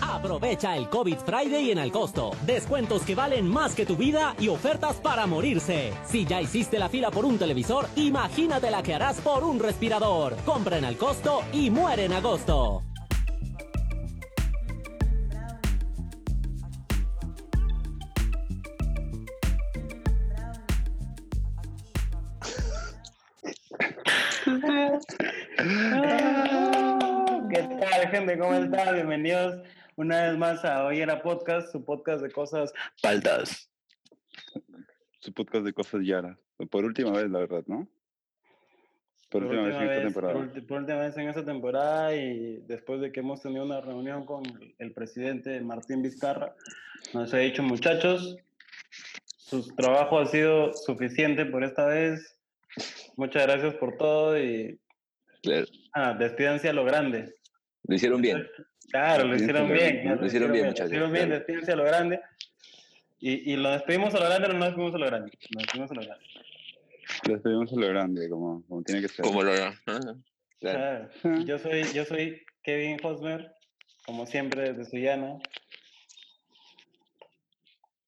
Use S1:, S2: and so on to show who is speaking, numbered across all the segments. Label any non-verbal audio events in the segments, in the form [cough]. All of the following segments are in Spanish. S1: Aprovecha el COVID Friday en Alcosto. Descuentos que valen más que tu vida y ofertas para morirse. Si ya hiciste la fila por un televisor, imagínate la que harás por un respirador. Compra en Alcosto y muere en agosto.
S2: ¿Qué tal, gente? ¿Cómo están? Bienvenidos una vez más a Hoy Era Podcast, su podcast de cosas faltas.
S3: Su podcast de cosas yaras. Por última vez, la verdad, ¿no? Por, última, vez en esta temporada.
S2: por ulti- por última vez en esta temporada y después de que hemos tenido una reunión con el- el presidente Martín Vizcarra, nos ha dicho, muchachos, su trabajo ha sido suficiente por esta vez. Muchas gracias por todo y
S4: Claro,
S2: ah, despídanse a lo grande.
S4: Lo hicieron bien.
S2: Claro, lo
S3: Bien,
S2: hicieron
S3: claro,
S2: bien. claro,
S4: lo hicieron bien,
S2: Lo
S4: muchachos,
S2: hicieron bien,
S4: claro.
S2: despídense a lo grande. Y, y lo despedimos a lo grande, no nos despedimos a lo grande. Nos despedimos a lo grande.
S3: Les pedimos a lo grande, como, como tiene que ser.
S4: Como lo ah, claro.
S2: Claro. Yo, soy, yo soy Kevin Hosmer, como siempre, desde Sullana.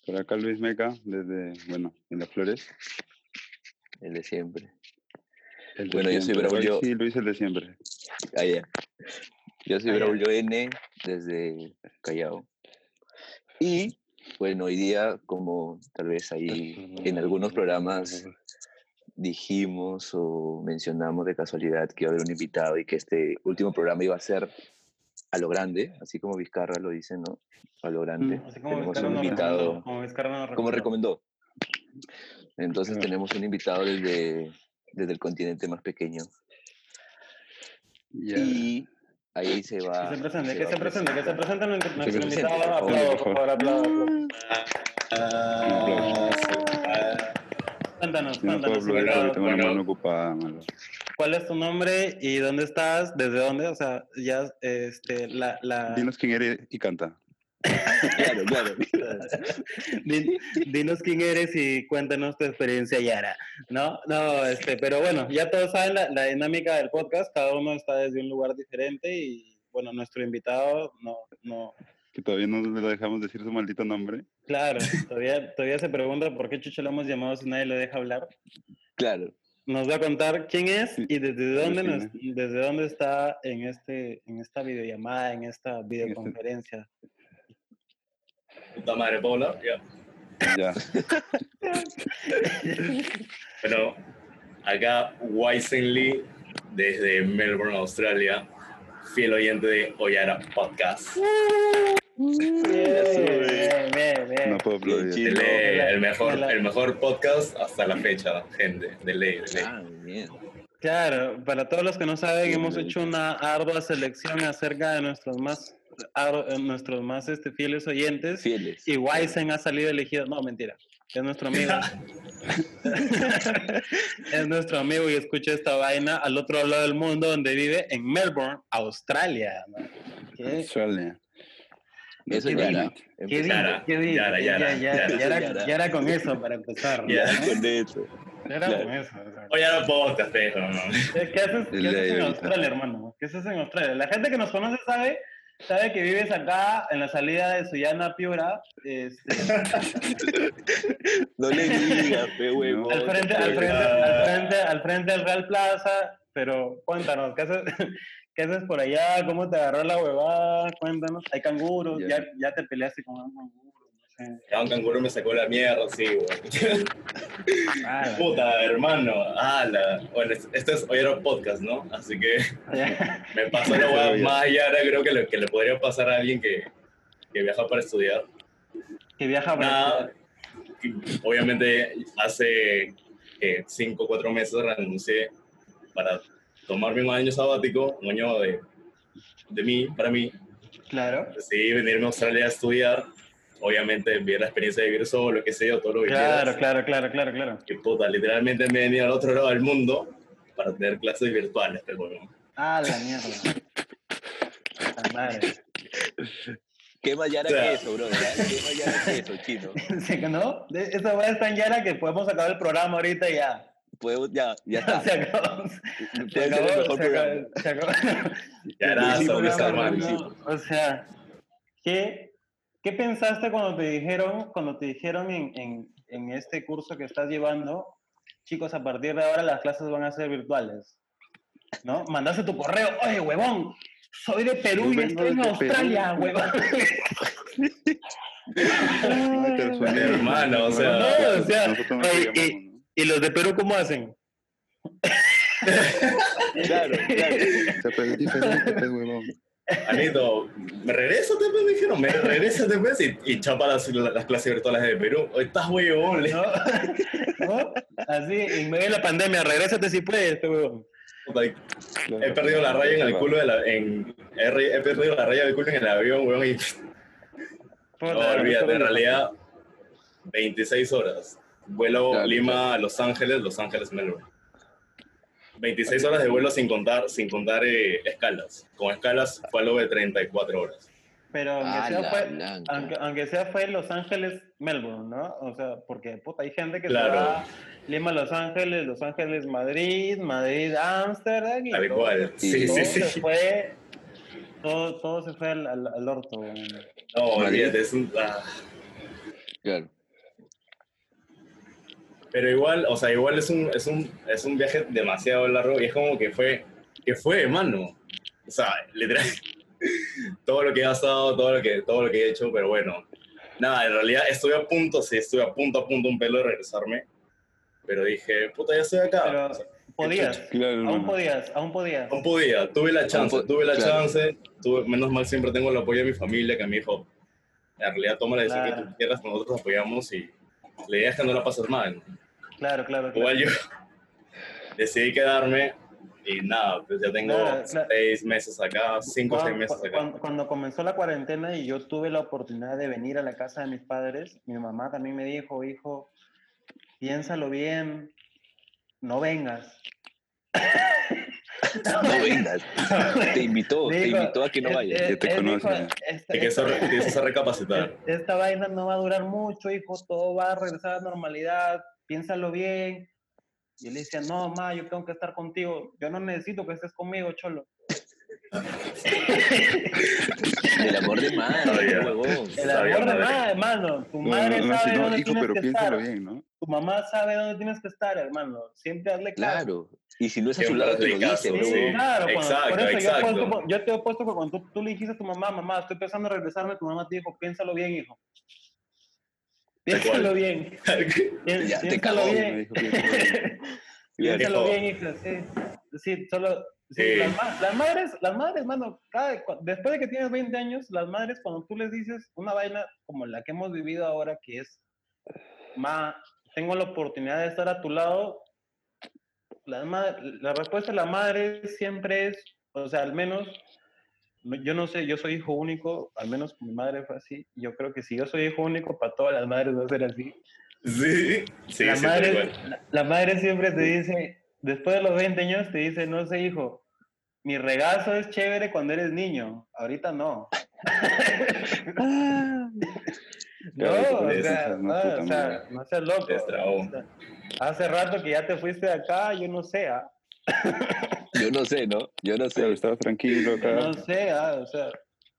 S3: Por acá Luis Meca, desde, bueno, en las flores.
S4: El de siempre.
S3: El de
S4: Bueno, yo soy
S3: siempre.
S4: Braulio.
S3: Hoy Sí, Luis, el de siempre.
S4: Ah, ya. Yo soy
S2: Ah, ya.
S4: Braulio N desde Callao. Y bueno, hoy día, como tal vez ahí en algunos programas dijimos o mencionamos de casualidad que iba a haber un invitado y que este último programa iba a ser a lo grande, así como Vizcarra lo dice, ¿no? A lo grande.
S2: Mm. Así como
S4: Tenemos
S2: Vizcarra
S4: un
S2: nos
S4: invitado.
S2: recomendó, Como Vizcarra nos
S4: como
S2: recomendó.
S4: recomendó. Entonces
S3: Claro.
S4: tenemos un invitado desde, desde el continente más pequeño.
S3: Ya.
S4: Y ahí se va.
S2: Que se presente,
S4: se
S2: que
S4: va
S2: se
S4: a
S2: presente, que se
S4: presentar.
S2: presente nuestro nuestro
S4: presente,
S2: invitado.
S4: por favor,
S2: Aplaudo,
S3: por
S2: por favor, aplaudo. aplaudo. ah, Cuéntanos,
S3: Yo no puedo
S2: cuéntanos,
S3: hablar
S2: invitado,
S3: porque tengo la mano ocupada, mano.
S2: ¿Cuál es tu nombre y dónde estás? ¿Desde dónde? O sea, ya, este, la,
S4: Ah.
S2: la,
S3: Dinos quién eres y canta.
S4: Claro, claro.
S2: [laughs] Din- dinos quién eres y cuéntanos tu experiencia, Yara. No, no, este, pero bueno, ya todos saben la, la dinámica del podcast, cada uno está desde un lugar diferente y bueno, nuestro invitado no, no,
S3: Que todavía no le dejamos decir su maldito nombre.
S2: [laughs] claro, todavía, todavía se pregunta por qué Chucho lo hemos llamado si nadie lo deja hablar.
S4: claro.
S2: Nos va a contar quién es y desde dónde,
S3: sí,
S2: nos- desde dónde está en, este, en esta videollamada, en este esta videoconferencia.
S5: Puta madre, ¿puedo hablar? Ya.
S4: [laughs]
S3: Ya.
S5: Bueno, acá Wisenly, desde Melbourne, Australia, fiel oyente de Oyara Podcast.
S2: Bien, bien, bien.
S3: No puedo aplaudir.
S4: Sí,
S5: De
S4: no, pues.
S5: ley,
S2: hola,
S5: el, mejor,
S2: hola.
S5: el mejor podcast hasta la fecha, gente. De ley, de ley.
S4: Ah, bien.
S2: Claro, para todos los que no saben,
S4: Sí,
S2: hemos
S4: lo
S2: hecho
S4: dices.
S2: una ardua selección acerca de nuestros más, ar- eh, nuestros más este, fieles oyentes.
S4: Fieles.
S2: Y Wisen ha salido elegido. No, mentira. Es nuestro
S4: [laughs]
S2: amigo. es nuestro amigo y escucha esta vaina al otro lado del mundo donde vive en Melbourne, Australia. ¿no? ¿Qué?
S3: Australia.
S4: Eso
S3: Qué
S4: ya era.
S3: bien.
S2: ¿Qué dice?
S5: Yara,
S2: ¿Qué dice?
S5: Yara,
S2: Ya-
S5: Yara,
S2: ya-
S5: Yara,
S2: ya era-
S4: Yara.
S2: ya era con eso para empezar. ¿no?
S5: Ya.
S4: Con eso.
S2: Ya era
S4: Claro.
S2: con eso. o sea.
S5: Oyara Podcast, pero no.
S2: Eh, ¿Qué qué haces, qué
S3: El
S2: haces
S3: de
S2: en
S3: ahorita.
S2: Australia, hermano? ¿Qué haces en Australia? La gente que nos conoce sabe, sabe que vives acá en la salida de Suyana Piura,
S3: [laughs]
S2: este,
S4: No le
S2: [laughs]
S4: digas, pe huevo.
S2: al, frente, al, frente, al, frente, al frente del Real Plaza. Pero cuéntanos, ¿qué haces, [laughs] qué haces por allá? ¿Cómo te agarró la huevada? Cuéntanos. Hay canguros,
S3: Ya.
S2: ya, ya te peleaste con un canguro. no sé.
S5: Ya un canguro me sacó la mierda, sí, güey.
S2: [laughs] Ah,
S5: Puta, hermano. Ala. Bueno, es- esto es Oyara Podcast, ¿no? Así que.
S2: ya.
S5: Me pasó [laughs] la hueá más yara, creo que le, que le podría pasar a alguien que, que viaja para estudiar.
S2: que viaja por
S5: Nada, que obviamente hace 5 o 4 meses renuncié para tomarme un año sabático, un año de, de mí, para mí.
S2: Claro.
S5: Decidí venirme a Australia a estudiar. Obviamente vi la experiencia de vivir solo, qué sé yo, todo lo que
S2: Claro,
S5: quieras.
S2: claro, claro, claro, claro.
S5: Y puta, literalmente me venía al otro lado del mundo para tener clases virtuales, pero bueno.
S2: Ah, la mierda. [laughs] La madre.
S4: ¿Qué más yara
S5: O sea.
S4: que eso, brother? ¿ah? ¿Qué más yara que eso, chino?
S2: [laughs] Sí, que ¿No? De- Esa weá es tan llana que podemos acabar el programa ahorita y ya. [laughs]
S4: Podemos, ya, ya está.
S2: Se acabó. Se
S4: Puede ser el
S2: acabó. Se
S4: mejor
S2: acabó.
S4: programa.
S2: se acabó.
S5: Ya era
S4: Lo hicimos, lo
S5: sobre esa
S4: hicimos, lo
S5: mano.
S4: hicimos.
S2: O sea, ¿Qué, qué pensaste cuando te dijeron, cuando te dijeron en, en, en este curso que estás llevando, chicos, a partir de ahora las clases van a ser virtuales? ¿No? Mandaste tu correo, oye, huevón, soy de Perú y
S3: Yo vengo
S2: estoy en
S3: desde
S2: Australia,
S3: Perú.
S2: huevón.
S5: hermano, o sea,
S2: no, o sea,
S3: Nosotros nos
S2: oye,
S3: llamamos, ¿no?
S2: ¿Y los de Perú cómo hacen? [laughs]
S3: Claro,
S2: [laughs]
S3: claro. O sea, pues es diferente, pues, huevón.
S5: Anito, me regreso, te me dijeron, me regreso, te pues, y, y chapa las, las clases virtuales de Perú. Oye, Estás huevón, le
S2: ¿No? [laughs] ¿No? Así, en medio de la pandemia, regrésate si puedes, este huevón.
S5: puta,
S3: Claro.
S5: He perdido la raya en el culo de la, en, he, re- he perdido la raya del culo en el avión, weón, y
S2: Puta,
S5: no, olvídate, en realidad 26 horas. Vuelo
S3: Claro,
S5: Lima a Los Ángeles, Los Ángeles Melbourne. 26 horas de vuelo sin contar, sin contar eh, escalas. Con escalas fue algo de 34 horas.
S2: Pero aunque,
S4: Ah,
S2: sea,
S4: la
S2: fue,
S4: blanca.
S2: aunque, aunque sea fue Los Ángeles, Melbourne, ¿no? O sea, porque puta, hay gente que
S5: Claro.
S2: se va a Lima, Los Ángeles, Los Ángeles, Madrid, Madrid, Ámsterdam y
S5: Tal
S2: todo
S5: cual.
S2: se-
S5: Sí,
S2: todo
S5: sí, sí.
S2: se fue, todo, todo se fue al, al- al orto. güey.
S5: No,
S4: Madrid.
S5: olvídate, es un. ah.
S4: Claro.
S5: Pero igual, o sea, igual es un, es un, es un viaje demasiado largo y es como que fue, que fue, mano. O sea, literal, [laughs] todo lo que he gastado, todo lo que, todo lo que he hecho, pero bueno. Nada, en realidad estuve a punto, sí, estuve a punto, a punto un pelo de regresarme. Pero dije, puta, ya estoy acá.
S2: Pero
S5: O sea,
S2: podías,
S3: Claro,
S2: aún
S3: hermano.
S2: podías, aún podías.
S5: no podía, tuve la chance,
S4: po-
S5: tuve la
S4: claro.
S5: chance. tuve- menos mal siempre tengo el apoyo de mi familia que me dijo, en realidad toma la decisión que
S2: Claro.
S5: tú quieras, nosotros apoyamos y la idea es que no la pases mal.
S2: Claro, claro, claro.
S5: Igual yo decidí quedarme y nada, pues ya tengo
S2: Claro, claro.
S5: seis meses acá, cinco o seis
S2: Cuan-
S5: meses
S2: cu-
S5: acá.
S2: cuan- cuando comenzó la cuarentena y yo tuve la oportunidad de venir a la casa de mis padres, mi mamá también me dijo, hijo, piénsalo bien, no vengas.
S4: No vengas. Te invitó, te
S2: Digo,
S4: invitó a que no
S2: él-
S4: vayas.
S2: él-
S3: ya te
S2: él dijo,
S3: conocen.
S2: "Esta-
S5: Te que
S2: esta-
S5: eso re- te hizo recapacitar. [laughs]
S2: es- esta vaina no va a durar mucho, hijo, todo va a regresar a la normalidad, piénsalo bien. Y él decía, no, ma, yo tengo que estar contigo, yo no necesito que estés conmigo, cholo.
S4: El
S2: [laughs]
S4: amor de madre,
S5: Sabía.
S4: huevón.
S2: El
S5: Sabía,
S2: amor de
S5: madre.
S2: madre, hermano, tu
S3: No,
S2: madre
S3: no, no,
S2: sabe
S3: si no,
S2: dónde
S3: hijo,
S2: tienes
S3: pero
S2: que
S3: piénsalo
S2: estar.
S3: bien, ¿no?
S2: Tu mamá sabe dónde tienes que estar, hermano, siempre hazle caso.
S4: Claro. Y si no es a su
S5: Siempre
S4: lado, te lo
S5: hazle caso,
S4: dice,
S5: sí.
S2: Sí,
S4: huevón.
S2: claro, cuando-
S5: Exacto,
S2: por eso yo
S5: exacto.
S2: apuesto por- Yo, te he opuesto que cuando tú, tú le dijiste a tu mamá, mamá, estoy pensando en regresarme, tu mamá te dijo, piénsalo bien, hijo.
S5: Tal cual.
S2: Piénsalo bien. Pién-
S4: Ya, te
S2: piénsalo
S3: Me
S4: cagó,
S2: bien. [laughs]
S3: dijo [laughs] que-
S2: Piénsalo
S5: Dijo-
S2: bien, hijo. Sí, sí solo. sí,
S5: Sí.
S2: Las, ma- las madres, las madres, mano, cada- cu- después de que tienes 20 años, las madres, cuando tú les dices una vaina como la que hemos vivido ahora, que es, ma, tengo la oportunidad de estar a tu lado, la, ma- la respuesta de la madre siempre es, o sea, al menos, no- yo no sé, yo soy hijo único, al menos mi madre fue así, yo creo que si yo soy hijo único, para todas las madres va a ser así.
S5: Sí, sí,
S2: la,
S5: sí, tal
S2: madre,
S5: cual.
S2: la, la madre siempre te dice, después de los 20 años, te dice, no sé, hijo, mi regazo es chévere cuando eres niño, ahorita no. no,
S3: Claro,
S2: o
S5: eso,
S2: sea,
S3: no,
S2: no,
S3: puta
S2: o sea,
S3: madre.
S2: no seas loco.
S5: Te estrabó.
S2: O sea, Hace rato que ya te fuiste de acá, yo no sé, ah,
S4: Yo no sé, ¿no? Yo no
S3: Claro,
S4: sé.
S3: estaba tranquilo
S2: yo
S3: acá.
S2: no sé, ah, o sea,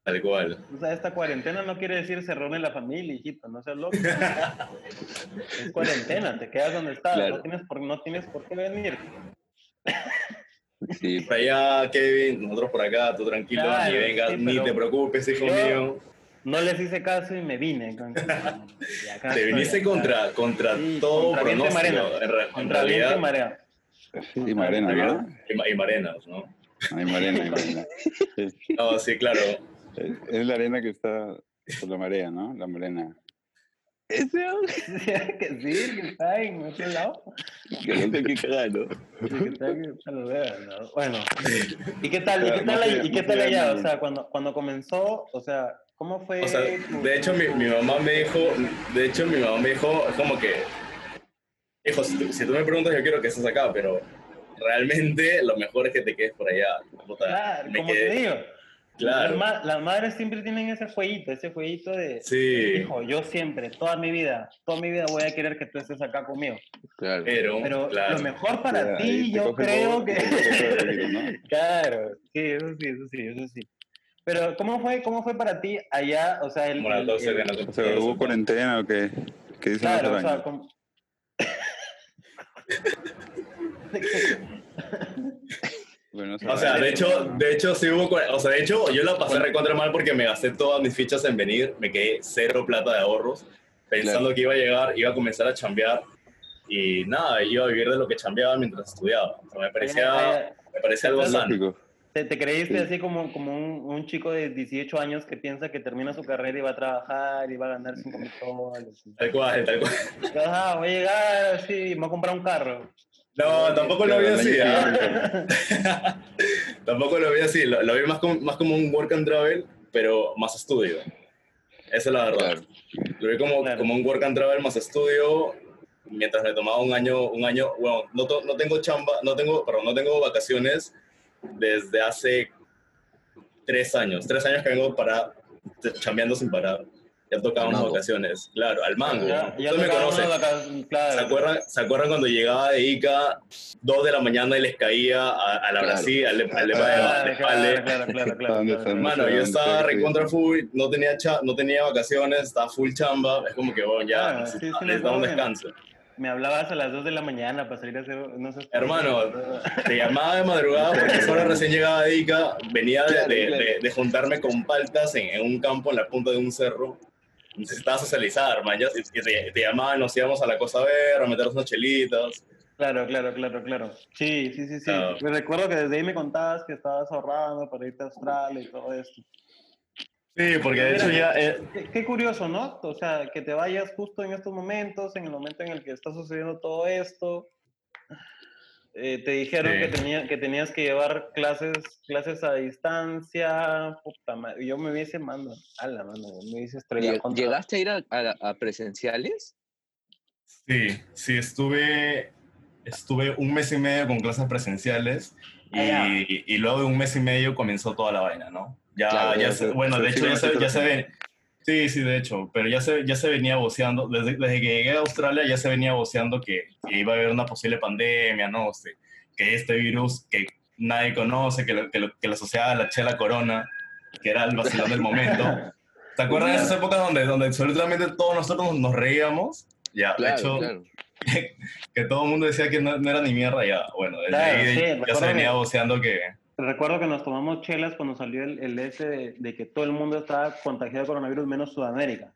S5: Tal cual.
S2: o sea, esta cuarentena no quiere decir se reúne la familia, hijito, no seas loco. es cuarentena, te quedas donde estás,
S4: Claro.
S2: no, tienes por, no tienes por qué venir.
S4: Sí,
S5: Por allá, Kevin, nosotros por acá, tú tranquilo,
S2: Claro,
S5: ni vengas,
S2: sí,
S5: ni
S2: pero-
S5: te preocupes, hijo
S2: Yo-
S5: mío.
S2: No les hice caso y me vine. con-
S5: [laughs]
S2: y acá
S5: Te
S2: estoy,
S5: viniste
S2: acá.
S5: contra, contra
S2: Sí,
S5: todo
S2: contra viento y
S5: pronóstico.
S2: marea.
S5: En, re- en
S2: Contra viento y
S5: realidad,
S2: marea.
S3: Sí, y Marena, ¿verdad?
S5: y, ma- y Marenas, ¿no?
S2: [laughs]
S3: Ay, Marena, y Marena.
S5: No, sí, claro.
S3: Eh, Es la arena que está por la marea, ¿no? La morena.
S5: [laughs]
S2: que [laughs] sí, que está en otro lado.
S4: que gente que cagar, ¿no?
S2: Sí, que está en otro lugar, ¿no? Bueno, ¿y qué
S5: [laughs]
S2: tal? ¿Y
S3: Claro,
S2: qué
S3: no
S2: tal,
S3: queda-
S2: ahí- y qué
S3: no
S2: tal
S3: queda
S2: allá? O
S3: ningún-
S2: sea, cuando, cuando comenzó, o sea, ¿cómo fue?
S5: O sea,
S2: tu-
S5: de hecho, mi, mi mamá me dijo, de hecho, mi mamá me dijo, es como que, hijo, si tú, si tú me preguntas, yo quiero que estés acá, pero realmente lo mejor es que te quedes por allá. Puta,
S2: Claro,
S5: me
S2: como te
S5: quedé,
S2: digo.
S5: claro.
S2: Las, ma- las madres siempre tienen ese jueguito, ese jueguito de...
S5: sí,
S2: Hijo, yo siempre, toda mi vida, toda mi vida voy a querer que tú estés acá conmigo.
S4: Claro.
S5: pero,
S2: Pero
S5: Oh, claro,
S2: lo mejor para
S3: Ya, ahí
S2: ti,
S3: te
S2: yo
S3: coge el
S2: creo [laughs]
S3: bobo y te
S2: que...
S3: coge otro poquito, ¿no?
S2: Claro, sí, eso sí, eso sí, eso sí. Pero, ¿cómo fue, cómo fue para ti allá? O sea, el.
S5: Como las
S2: el-
S5: 12 de
S2: el-
S5: la
S3: [laughs] O sea, ¿hubo cuarentena o qué? ¿Qué dicen
S2: Claro,
S3: los
S2: o sea,
S3: arañas?
S2: como-
S3: Bueno, no sé.
S5: O sea, de hecho, de hecho sí hubo, cua- o sea, de hecho yo la pasé recontra mal porque me gasté todas mis fichas en venir, me quedé cero plata de ahorros, pensando
S4: Claro.
S5: que iba a llegar, iba a comenzar a chambear y nada, iba a vivir de lo que chambeaba mientras estudiaba. O sea, me parecía,
S2: allá-
S5: me parecía algo sano.
S3: lógico.
S2: ¿Te, te creíste
S3: Sí.
S2: así como, como un, un chico de 18 años que piensa que termina su carrera y va a trabajar y va a ganar 5 mil dólares?
S5: Tal cual, tal cual.
S2: Ajá, voy a llegar así y me voy a comprar un carro.
S5: [laughs] No, tampoco lo
S3: Claro,
S5: vi
S3: el
S5: así,
S3: año
S5: ¿ah?
S3: siguiente.
S5: tampoco lo vi así, lo, lo vi más como, más como un work and travel, pero más estudio. Esa es la verdad.
S4: Claro.
S5: Lo vi como,
S2: Claro.
S5: como un work and travel más estudio, mientras me tomaba un año, un año, bueno, no, to- no tengo chamba, no tengo, perdón, no tengo vacaciones desde hace tres años, tres años que vengo para, chambeando sin parar. Ya tocaba
S4: Al
S5: unas
S4: mango.
S5: vacaciones, claro, al mango.
S2: Ya, ya
S5: Ustedes me
S2: tocaba
S5: conocen.
S2: una vaca- claro.
S5: ¿Se acuerdan, ¿Se acuerdan cuando llegaba de Ica, 2 de la mañana y les caía a, a la
S4: Claro.
S5: Brasil, al, al
S2: Ah, Claro,
S5: Lepaya,
S2: claro,
S5: al Espalde?
S2: claro, claro,
S5: [laughs]
S2: claro,
S3: ¿Dónde
S2: claro,
S3: están?
S2: claro.
S5: Hermano, yo estaba recontra full, no tenía, cha- no tenía vacaciones, estaba full chamba. Es como que, bueno, ya,
S2: Ah, sí, sí,
S5: les
S2: no,
S5: da un
S2: obvio.
S5: descanso.
S2: Me hablabas a las 2 de la mañana para salir a hacer no sé.
S5: Hermano, te llamaba de madrugada porque solo recién llegaba de Ica, venía de,
S4: Claro,
S5: de-
S4: claro.
S5: de- de juntarme con paltas en, en un campo en la punta de un cerro. Necesitaba socializar, hermano. ya- Y te, te llamaban, nos íbamos a la Cosa Verde a meternos unas chelitas.
S2: Claro, claro, claro, claro. Sí, sí, sí, sí.
S5: Claro.
S2: Me recuerdo que desde ahí me contabas que estabas ahorrando para irte a Australia y todo esto.
S5: Sí, porque de hecho ya... eh,
S2: Qué, qué curioso, ¿no? O sea, que te vayas justo en estos momentos, en el momento en el que está sucediendo todo esto. Eh, te dijeron
S5: Sí.
S2: que, tenía- que tenías que llevar clases, clases a distancia. Puta madre. Yo me hubiese mando. A la mano, me hubiese estrellado.
S4: Lle- ¿Llegaste a ir a, a- a presenciales?
S5: Sí, sí, estuve, estuve un mes y medio con clases presenciales y,
S2: Ah, ya.
S5: y- y luego de un mes y medio comenzó toda la vaina, ¿no? Ya,
S4: Claro,
S5: ya
S3: ya,
S5: se-
S3: ya,
S5: bueno,
S3: se-
S5: de
S3: sí
S5: hecho
S3: lo
S5: ya se,
S3: metí
S5: ya se
S3: también.
S5: ven- sí, sí, de hecho, pero ya se, ya se venía voceando, desde, desde que llegué a Australia ya se venía voceando que, que iba a haber una posible pandemia, ¿no? Este, que este virus que nadie conoce, que, lo- que, lo- que la sociedad la chela corona, que era el vacilón del momento. ¿Te acuerdas de esas épocas donde, donde absolutamente todos nosotros nos reíamos? Ya, de hecho,
S4: claro.
S5: que todo el mundo decía que no, no era ni mierda ya. Bueno, desde
S2: Claro,
S5: ahí
S2: sí,
S5: ya
S2: recuerdo
S5: se venía
S2: que-
S5: voceando que...
S2: Recuerdo que nos tomamos chelas cuando salió el, el ese de, de que todo el mundo estaba contagiado de coronavirus menos Sudamérica.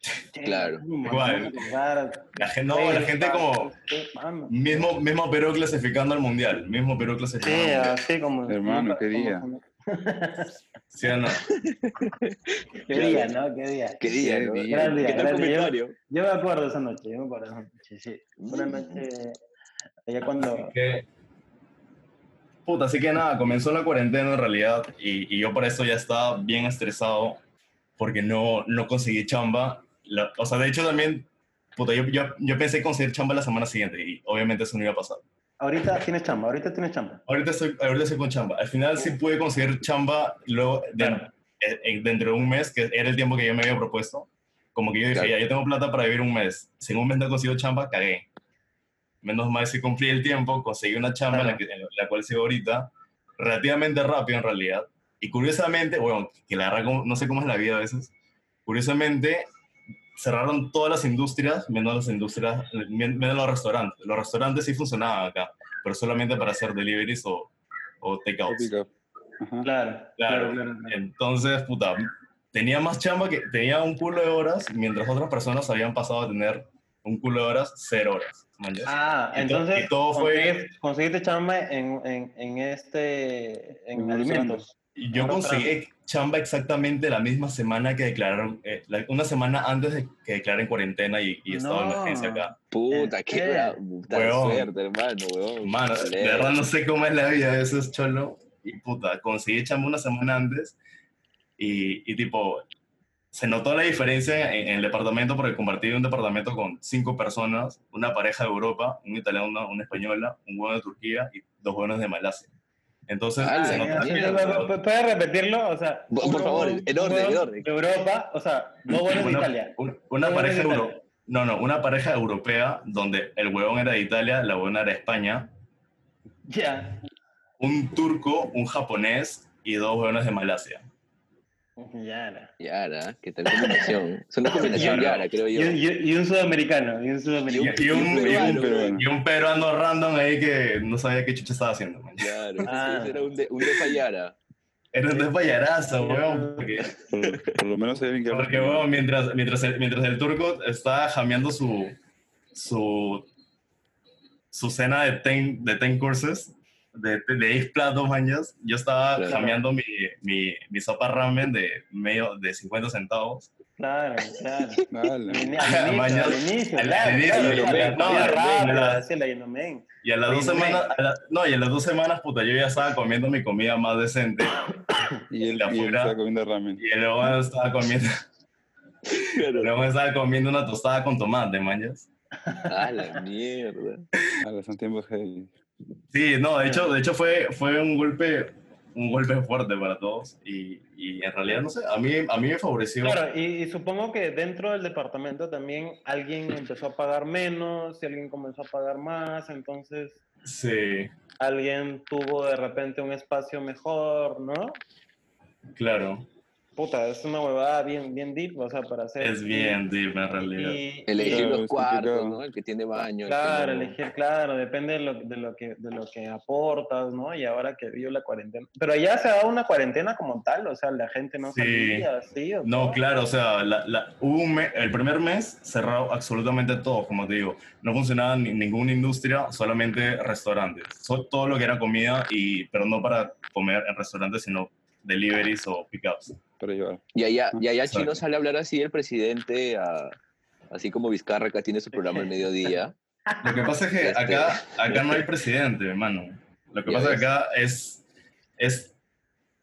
S2: Che,
S4: Claro.
S2: ¿cómo nos
S5: Igual.
S2: vamos a acordar?
S5: La gente, no,
S2: Sí,
S5: la gente
S2: está-
S5: como...
S2: sí, mano.
S5: Mismo, mismo Perú clasificando al Mundial. Mismo Perú clasificando
S2: Sí,
S5: al Mundial.
S2: así como.
S3: Hermano,
S2: como-
S3: qué día.
S2: como- ah,
S5: ¿Sí o no?
S2: Qué día, ¿no? Qué día.
S4: ¿Qué día?
S3: Qué
S4: no?
S3: día.
S2: Gran día,
S4: ¿Qué tal
S2: gran día.
S4: comentario?
S2: Yo me acuerdo esa noche, yo me acuerdo esa noche, sí. Fue una
S4: Mm.
S2: noche. Allá cuando.
S5: Que- Puta, así que nada, comenzó la cuarentena en realidad y, y yo por eso ya estaba bien estresado porque no, no conseguí chamba. La- o sea, de hecho también, puta, yo, yo, yo pensé conseguir chamba la semana siguiente y obviamente eso no iba a pasar.
S2: Ahorita tienes chamba, ahorita tienes chamba.
S5: Ahorita estoy, ahorita estoy con chamba. Al final sí pude conseguir chamba luego de-
S2: Claro.
S5: eh, eh, dentro de un mes, que era el tiempo que yo me había propuesto. Como que yo dije,
S4: Claro.
S5: ya, yo tengo plata para vivir un mes. Si en un mes no consigo chamba, cagué. Menos mal si cumplí el tiempo, conseguí una chamba en, la
S2: Claro.
S5: que- en la cual sigo ahorita, relativamente rápido en realidad. Y curiosamente, bueno, que la verdad como- no sé cómo es la vida a veces, curiosamente cerraron todas las industrias, menos las industrias, men- menos los restaurantes. Los restaurantes sí funcionaban acá, pero solamente para hacer deliveries o, o takeouts.
S3: Pick up.
S2: Claro,
S3: Ajá.
S5: Claro.
S2: claro, claro. claro.
S5: Entonces, puta, tenía más chamba que tenía un culo de horas, mientras otras personas habían pasado a tener un culo de horas, cero horas. ¿manchas?
S2: Ah,
S5: Y to-
S2: entonces.
S5: y todo fue-
S2: consigues- Conseguiste chamba en, en, en este. En
S3: En
S2: alimentos.
S5: Y yo
S2: Ahora
S5: conseguí chamba exactamente la misma semana que declararon, eh, la- una semana antes de que declaren cuarentena y, y estaba en
S2: No.
S5: emergencia acá.
S4: Puta, qué
S2: Eh,
S4: bra- puta
S5: Huevón.
S4: suerte, hermano, huevón.
S5: Mano, de
S4: Leo.
S5: verdad no sé cómo es la vida a veces, cholo. Y puta, conseguí chamba una semana antes y, y tipo, se notó la diferencia en, en el departamento porque compartí un departamento con cinco personas, una pareja de Europa, un italiano, una española, un huevo de Turquía y dos huevos de Malasia. Entonces,
S4: Ah,
S5: se
S4: la
S5: notó-
S4: mierda.
S2: ¿Puedes repetirlo? O sea,
S4: Por- por
S2: uno-
S4: favor, en orden,
S2: uno
S4: en orden.
S2: De Europa, o sea, no bueno de
S5: Una-
S2: Italia. [laughs]
S5: un- Una,
S2: No bueno
S5: pareja
S2: de
S5: euro-
S2: Italia.
S5: No, no, una pareja europea donde el huevón era de Italia, la huevona era de España,
S2: Ya.
S5: un turco, un japonés y dos huevones de Malasia.
S2: Yara.
S4: Yara, ¿qué tal
S5: [laughs]
S4: combinación? Es una combinación
S5: Yara.
S4: Yara, creo
S2: Y, un-
S4: yo.
S2: y- y un sudamericano, y un
S5: Y,
S2: sudamericano.
S5: y un, y,
S4: peruano,
S5: un,
S3: peruano.
S5: y un peruano random ahí que no sabía qué chucha estaba haciendo. man.
S4: Claro,
S2: Ah.
S4: ese era un, de, un depa Yara.
S5: Era un despayarazo, weón. Porque,
S3: Por, por lo menos hay alguien que hable
S5: porque, weón, mientras, mientras, el, mientras el turco está jameando su, su, su cena de 10 de ten courses, de, de 10 platos, mañas, yo estaba
S4: Claro.
S5: jameando mi, mi, mi sopa ramen de, medio, de 50 centavos.
S2: Claro,
S4: [laughs]
S2: claro.
S3: Dale.
S5: [laughs]
S2: Al inicio,
S5: Mañana-
S2: al inicio,
S5: al
S2: claro,
S5: inicio,
S2: claro,
S5: al
S2: claro,
S5: inicio, no,
S2: la
S5: al
S2: rápida,
S5: inicio.
S2: así la Yenomen.
S5: Y a las
S2: Oye,
S5: dos
S2: no me-
S5: semanas, a la- no, y a las dos semanas, puta, yo ya estaba comiendo mi comida más decente.
S3: Y él,
S5: La
S3: y él
S5: pura-
S3: está comiendo ramen.
S5: Y luego estaba comiendo, [laughs] luego estaba comiendo una tostada con tomate, mañas.
S4: A la mierda.
S3: A los tiempos heavy.
S5: Sí, no, de hecho, de hecho fue, fue un golpe, un golpe fuerte para todos. Y, y en realidad, no sé, a mí, a mí me favoreció.
S2: Claro, y, y supongo que dentro del departamento también alguien empezó a pagar menos y alguien comenzó a pagar más, entonces
S5: Sí,
S2: alguien tuvo de repente un espacio mejor, ¿no?
S5: claro.
S2: Puta, es una huevada bien, bien deep, o sea, para hacer...
S5: Es bien deep en realidad.
S2: Y-
S4: Elegir
S3: Claro,
S4: los
S3: es
S4: cuartos,
S3: complicado.
S4: ¿no? El que tiene baño. el que
S2: Claro,
S4: no.
S2: elegir, claro, depende de lo, de lo que de lo que aportas, ¿no? Y ahora que vio la cuarentena. Pero allá se da una cuarentena como tal, o sea, la gente no
S5: Sí.
S2: salía, ¿sí? ¿O
S5: No,
S2: qué?
S5: claro, o sea, la, la- hubo un me- el primer mes cerrado absolutamente todo, como te digo. No funcionaba ni- ninguna industria, solamente restaurantes. So- todo lo que era comida, y, pero no para comer en restaurantes, sino deliveries o pickups.
S3: Para llevar.
S4: Y allá, y allá
S5: Exacto.
S4: Chino sale a hablar así el presidente, a- así como Vizcarra acá tiene su programa
S2: [laughs]
S4: al mediodía.
S5: Lo que pasa es que
S4: Este-
S5: acá, acá no hay presidente, hermano. Lo que
S4: Ya
S5: pasa es que
S4: ves.
S5: acá es, es,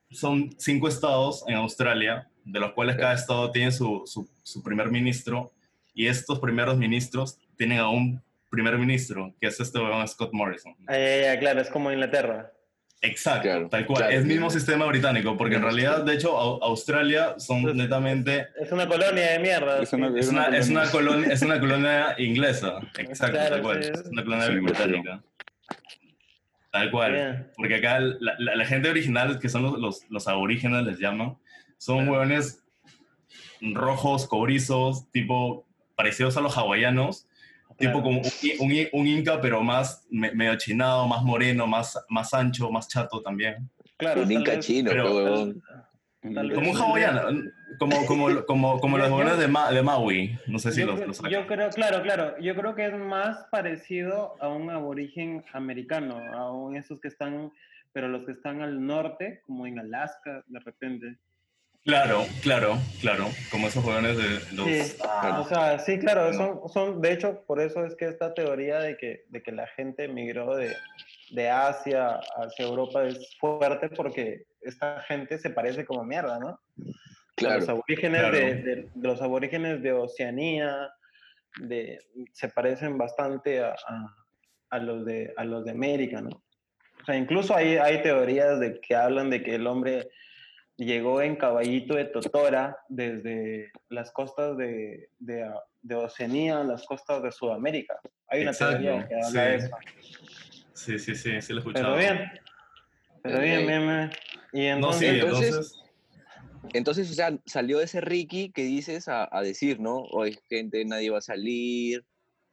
S5: son cinco estados en Australia, de los cuales cada estado tiene su, su, su primer ministro, y estos primeros ministros tienen a un primer ministro, que es este weón Scott Morrison.
S2: Ah, ya, ya, claro, es como Inglaterra.
S5: Exacto,
S4: Claro,
S5: tal cual.
S4: claro,
S5: es el
S4: mismo.
S5: mismo sistema británico, porque en
S4: Mismo
S5: realidad, de hecho, Au- Australia son
S2: Es-
S5: netamente...
S2: Es una colonia de mierda.
S3: Es una-
S5: Es una, es, una
S3: colonia.
S5: colonia, es una colonia inglesa, exacto,
S2: Claro,
S5: tal cual.
S2: sí.
S5: Es una colonia
S3: Sí,
S5: británica. Tal cual.
S2: Bien.
S5: Porque acá la, la- la gente original, que son los, los, los aborígenes, les llaman, son hueones rojos, cobrizos, tipo parecidos a los hawaianos, tipo
S2: Claro.
S5: como un, un- un inca, pero más me- medio chinado, más moreno, más, más ancho, más chato también.
S2: Claro,
S4: un
S2: tal
S4: inca
S2: vez-
S4: chino,
S5: pero-
S4: qué huevón.
S2: Tal vez-
S5: Como un hawaiano, como, como, como, como los
S2: Yo-
S5: hueones de, Ma- de Maui. No sé si
S2: yo,
S5: los,
S2: creo-
S5: los
S2: yo creo, claro, claro, yo creo que es más parecido a un aborigen americano, a un, esos que están, pero los que están al norte, como en Alaska, de repente.
S5: Claro, claro, claro. Como esos jóvenes de los.
S2: Sí.
S5: Ah,
S2: O sea, sí, claro,
S5: No.
S2: son, son, de hecho, por eso es que esta teoría de que, de que la gente migró de, de Asia hacia Europa es fuerte porque esta gente se parece como mierda, ¿no? A Los
S4: Claro,
S2: aborígenes,
S5: Claro.
S2: de, de- de los aborígenes de Oceanía de, se parecen bastante a, a- a los de, a los de América, ¿no? O sea, incluso hay, hay teorías de que hablan de que el hombre llegó en caballito de Totora desde las costas de, de, de Oceanía a las costas de Sudamérica. Hay una teoría
S5: Exacto,
S2: que habla de
S5: sí.
S2: eso.
S5: sí, sí, sí, sí, lo he escuchado.
S2: Pero bien, pero bien,
S4: Ok.
S2: bien, bien. Y
S5: No, sí,
S2: entonces,
S5: entonces.
S4: entonces- entonces, o sea, salió ese Ricky que dices a, a decir, ¿no? Hoy gente, nadie va a salir,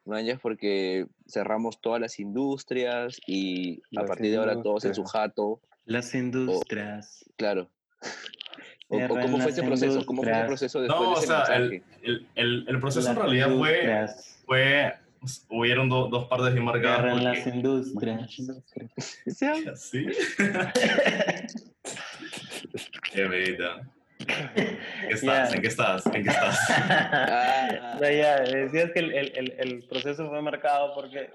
S4: mañas porque cerramos todas las industrias y a
S3: Las
S4: partir de ahora todos en su
S3: industrias.
S4: jato,
S2: las industrias.
S4: claro. O, o
S2: Cierran
S4: ¿Cómo fue
S2: las
S4: ese proceso? ¿Cómo fue el
S2: industrias.
S4: proceso después
S5: No,
S4: de
S5: o
S4: ese
S5: sea,
S4: mensaje?
S5: el, el, el, el proceso en
S2: Las
S5: realidad fue.
S2: industrias.
S5: fue pues, hubieron do- dos partes bien marcadas.
S2: Cierran las
S5: porque-
S2: industrias. [laughs]
S5: [laughs] Sí. Qué bellita. ¿En qué estás?
S2: Ya.
S5: ¿En qué estás? ¿En qué estás?
S4: Ah,
S2: [laughs] O sea, ya, decías que el, el- el- el proceso fue marcado porque...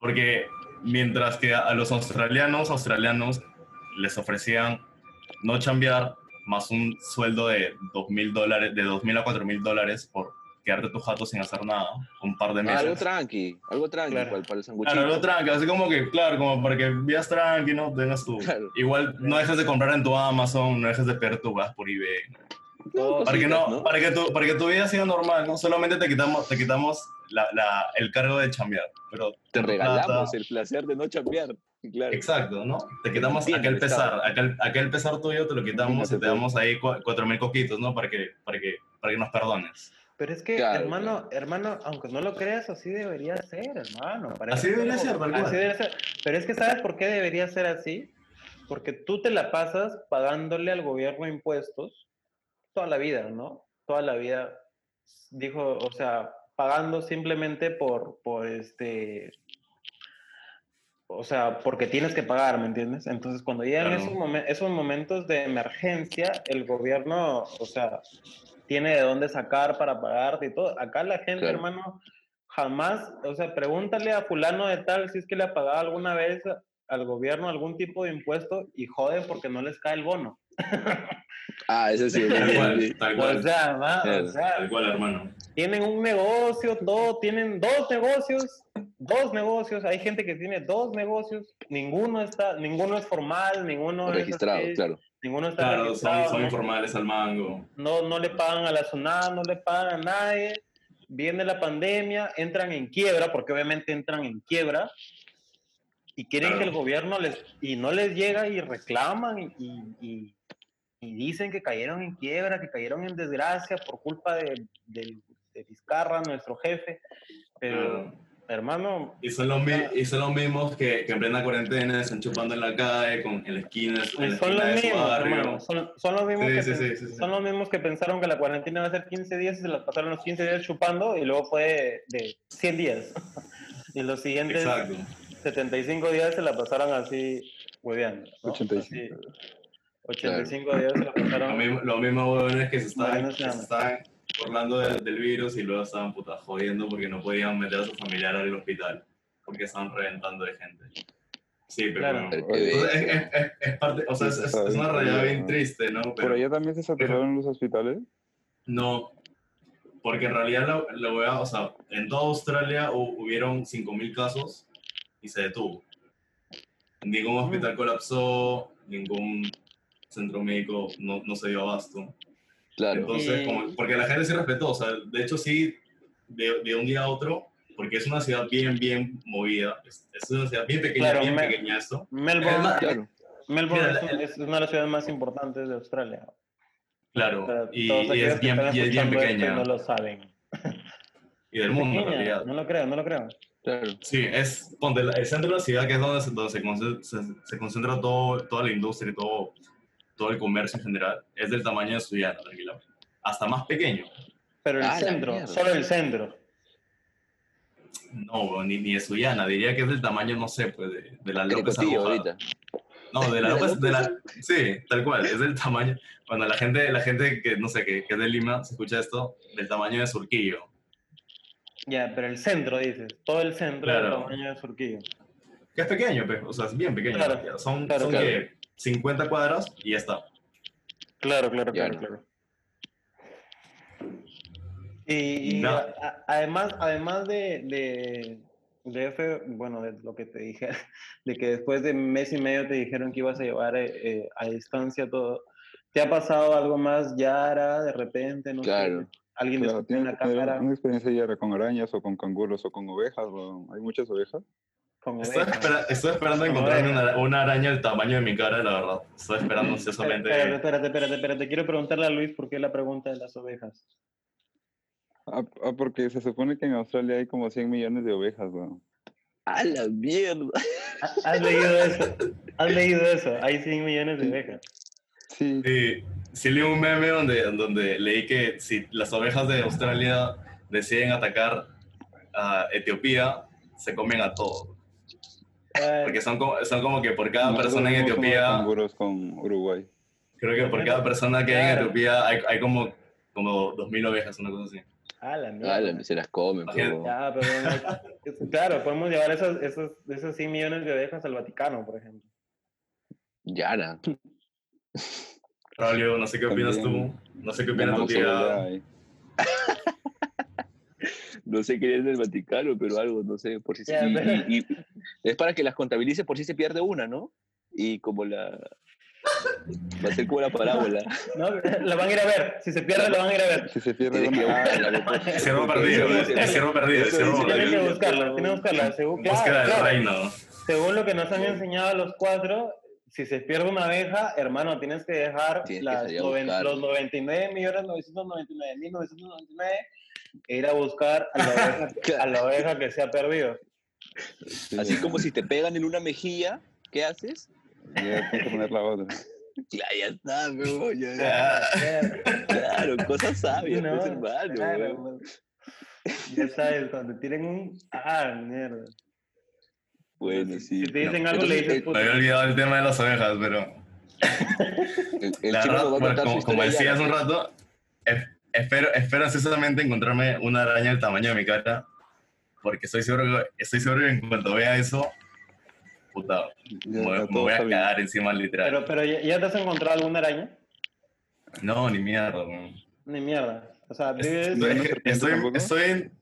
S5: Porque mientras que a los australianos, australianos les ofrecían no chambear más un sueldo de dos mil dólares, de dos mil a cuatro mil dólares por quedarte tu jato sin hacer nada, un par de meses.
S4: algo tranqui, algo tranqui
S2: Claro.
S4: para, para el sanguchito.
S5: Claro, algo tranqui, así como que, claro, como para que veas tranqui, ¿no? Tengas tu...
S4: Claro.
S5: Igual no dejes de comprar en tu Amazon, no dejes de pedir tu gas por eBay. ¿no?
S4: No,
S5: Para que,
S4: cositas,
S5: no, Para, que tu, para que tu vida siga normal, ¿no? Solamente te quitamos, te quitamos la, la- el cargo de chambear. Pero
S4: Te
S5: tu
S4: regalamos
S5: plata-
S4: el placer de no chambear. Y Claro.
S5: Exacto, ¿no? Te quitamos
S4: Entiendo,
S5: aquel pesar,
S4: Gustavo.
S5: aquel, aquel pesar tuyo te lo quitamos
S3: Imagínate,
S5: y te
S3: pues.
S5: damos ahí cua- cuatro mil coquitos, ¿no? Para que, para que, para que nos perdones.
S2: Pero es que,
S4: Claro,
S2: hermano, hermano, aunque no lo creas, así debería ser, hermano. Parece
S5: Así
S2: que
S5: debería
S2: no,
S5: ser, tal cual.
S2: Así debería ser. Pero es que, ¿sabes por qué debería ser así? Porque tú te la pasas pagándole al gobierno impuestos toda la vida, ¿no? Toda la vida, dijo, o sea, pagando simplemente por, por este... O sea, porque tienes que pagar, ¿me entiendes? Entonces, cuando llegan
S5: Claro.
S2: esos, momen- esos momentos de emergencia, el gobierno, o sea, tiene de dónde sacar para pagarte y todo. Acá la gente,
S4: Claro.
S2: hermano, jamás, o sea, pregúntale a fulano de tal si es que le ha pagado alguna vez al gobierno algún tipo de impuesto y joden porque no les cae el bono.
S4: Ah, eso sí.
S5: [laughs] Tal
S4: sí.
S5: cual, tal
S2: O
S5: cual,
S2: sea, ma, o
S4: Claro.
S5: tal
S2: sea,
S5: cual, hermano.
S2: tienen un negocio, dos, tienen dos negocios, dos negocios, hay gente que tiene dos negocios, ninguno está, ninguno es formal, ninguno
S4: Registrado,
S2: es así,
S4: claro.
S2: ninguno está
S5: Claro, son,
S2: registrado,
S5: son
S2: ¿no?
S5: informales al mango.
S2: no, no le pagan a la SUNAT, no le pagan a nadie, viene la pandemia, entran en quiebra, porque obviamente entran en quiebra, y quieren que el
S5: Claro.
S2: gobierno les, y no les llega y reclaman y, y- y dicen que cayeron en quiebra, que cayeron en desgracia por culpa de, de, de Vizcarra, nuestro jefe, pero
S5: Claro.
S2: hermano,
S5: Y son los, mi- y son los mismos que, que en plena cuarentena están chupando en la calle, con, en la esquina, en la
S2: son
S5: esquina
S2: los
S5: de su
S2: mismos,
S5: barrio.
S2: hermano, son, son los mismos
S5: Sí,
S2: que
S5: sí,
S2: pen-
S5: sí, sí, sí.
S2: son los mismos que pensaron que la cuarentena iba a ser 15 días y se las pasaron los 15 días chupando y luego fue de 100 días. [laughs] y los siguientes
S5: Exacto.
S2: 75 días se la pasaron así hueveando. ¿no?
S3: 85.
S2: Así, 85 días se la
S5: Los
S2: pasaron.
S5: mismos los mismos huevones que se
S2: Bueno, se
S5: están, que se
S2: llama.
S5: están burlando del, del virus y luego estaban puta jodiendo porque no podían meter a su familiar al hospital porque estaban reventando de gente. Sí, pero
S2: Claro.
S5: bueno.
S4: Pero qué
S5: Entonces, es,
S4: bestia.
S5: es- es- es parte, o sea, es, es- es una realidad bien triste, ¿no?
S3: ¿Por
S5: Pero-
S3: allá también se saturaron los hospitales?
S5: No, porque en realidad la, la hueá, o sea, en toda Australia hu- hubieron 5.000 casos y se detuvo. Ningún hospital colapsó, ningún centro médico no, no se dio abasto.
S4: Claro.
S5: Entonces,
S2: Y-
S5: como- porque la gente sí respetó, o sea, de hecho sí, de, de un día a otro, porque es una ciudad bien, bien movida, es, es una ciudad bien pequeña,
S2: Claro,
S5: bien
S2: me-
S5: pequeña esto.
S2: Melbourne,
S5: Además,
S4: Claro.
S2: Melbourne
S5: mira,
S2: es, un- es una de las ciudades más importantes de Australia.
S5: Claro,
S2: Para
S5: y,
S2: todos
S5: y
S2: aquellos
S5: es
S2: que
S5: bien,
S2: están
S5: y es bien
S2: escuchando esto y
S5: pequeña,
S2: No lo saben.
S5: y del mundo en
S2: Pequeña,
S5: realidad.
S2: no lo creo, no lo creo.
S4: Claro.
S5: Sí, es ponte, la- el centro de la ciudad, que es donde se, donde se conce- se- se concentra, todo, toda la industria y todo, todo el comercio en general, es del tamaño de Suyana, tranquilamente. Hasta más pequeño.
S2: Pero el
S4: Ah, la
S2: centro,
S4: mierda.
S2: solo el centro.
S5: No, weón, ni, ni de Suyana, diría que es del tamaño, no sé, pues, de, de la López
S4: Tricotillo
S5: Arrojada.
S4: ahorita.
S5: No,
S2: [laughs]
S5: de
S4: ¿De
S5: la
S4: la
S5: López, de la, sí, tal cual, es del tamaño, cuando la gente, la gente que, no sé, que, que es de Lima, se escucha esto, del tamaño de Surquillo.
S2: Ya, pero el centro, dices. Todo el centro del
S5: Claro.
S2: tamaño de Surquillo.
S5: Que es pequeño, pues, o sea, es bien pequeño.
S2: Claro,
S5: son
S2: claro,
S5: son
S2: claro.
S5: ¿qué? 50 cuadras y ya está.
S2: Claro, claro,
S4: Ya
S2: claro,
S4: no.
S2: claro. Y, y
S5: No.
S2: a- a- además, además de, de, de ese- bueno, de lo que te dije, [laughs] de que después de mes y medio te dijeron que ibas a llevar eh, eh, a distancia todo, ¿te ha pasado algo más, Yara, de repente? No
S4: Claro.
S2: sé, alguien
S3: Claro,
S2: discutió en
S3: tienes
S2: la
S3: que tener
S2: cámara
S3: una experiencia ya con arañas o con canguros o con ovejas. weón. Hay muchas ovejas.
S2: con
S5: Estoy,
S2: ovejas.
S5: espera- estoy esperando
S2: Como
S5: encontrarme
S2: oveja.
S5: una, una araña del tamaño de mi cara, la verdad. Estoy
S2: [laughs]
S5: esperando ansiosamente.
S2: Espérate, espérate, espérate, espérate. Quiero preguntarle a Luis por qué la pregunta de las ovejas.
S3: Ah, ah, porque se supone que en Australia hay como 100 millones de ovejas. weón.
S4: A la mierda.
S2: ¿Has leído eso? ¿Has leído eso? Hay 100 millones de ovejas.
S3: Sí,
S5: Sí, sí leí un meme donde, donde leí que si las ovejas de Australia deciden atacar a Etiopía, se comen a todos.
S2: Ay,
S5: Porque son como, son como que por cada
S3: Nosotros
S5: persona en
S3: tenemos como
S5: Etiopía,
S3: Canguros con Uruguay.
S5: creo que por cada persona que hay en
S2: Claro.
S5: Etiopía hay, hay como, como 2.000 ovejas, una cosa así.
S2: a Ah, la mierda.
S4: A Ah, la- se las comen. pues,
S5: Imagínate.
S4: huevón.
S2: Ya, pero no- es- claro, podemos llevar esos, esos, esos 100 millones de ovejas al Vaticano, por ejemplo.
S4: Yara.
S5: Braulio, no sé qué opinas
S3: También.
S5: tú. No sé qué opinas tu
S3: Ganamos seguridad
S5: tía.
S3: ahí.
S4: No sé qué es del Vaticano, pero algo, no sé, por si se-
S2: Ya,
S4: y-
S2: pero-
S4: y- y- es para que las contabilice por si se pierde una, ¿no? Y como la, Va a ser como la parábola.
S2: [laughs] No, la van a ir a ver. Si se pierde, la van a ir a ver.
S3: Si se pierde, ah,
S4: Tienes que
S3: van a-
S4: buscarla, pues.
S5: [laughs] El ciervo perdido, el ciervo perdido, el ciervo
S2: Tienen que
S5: perdido.
S2: buscarla, tienen que buscarla. Según, claro,
S5: Búsqueda del
S2: claro.
S5: reino.
S2: Según lo que nos han enseñado los cuatro, si se pierde una abeja, hermano, tienes que dejar
S4: Tienes que
S2: las
S4: salir a
S2: noven-
S4: buscar.
S2: los 99.999.999 e ir a buscar a la abeja, a la abeja que se ha perdido.
S4: Así como si te pegan en una mejilla, ¿qué haces?
S3: Ya, tienes que poner la otra.
S4: Claro, ya está, weón, ya- ya. Claro, cosas sabias,
S2: No,
S4: pues, hermano.
S2: claro,
S4: weón.
S2: hermano. Ya sabes, cuando tienen un... Ah, mierda.
S4: Bueno, sí.
S2: Si te dicen
S4: No,
S2: algo, le dices,
S4: entonces, eh,
S5: Me
S2: puta.
S5: había olvidado el tema de las ovejas, pero.
S4: El, el- el
S5: La
S4: chico nos
S5: verdad,
S4: va a
S5: bueno,
S4: contar
S5: como,
S4: su
S5: como
S4: historia
S5: decía
S4: ya,
S5: hace un
S4: ¿no?
S5: rato, es- espero, espero ansiosamente encontrarme una araña del tamaño de mi cara, porque estoy seguro que, estoy seguro que en cuanto vea eso, puta,
S3: Ya,
S5: me,
S3: ya
S5: me
S3: todo
S5: voy a
S3: está bien.
S5: cagar encima literal.
S2: Pero, pero ¿ya, ya te has encontrado alguna araña?
S5: No, ni mierda, weón.
S2: Ni mierda. O sea, vives...
S5: Estoy,
S3: una serpiente
S5: estoy,
S3: tampoco?
S5: estoy en-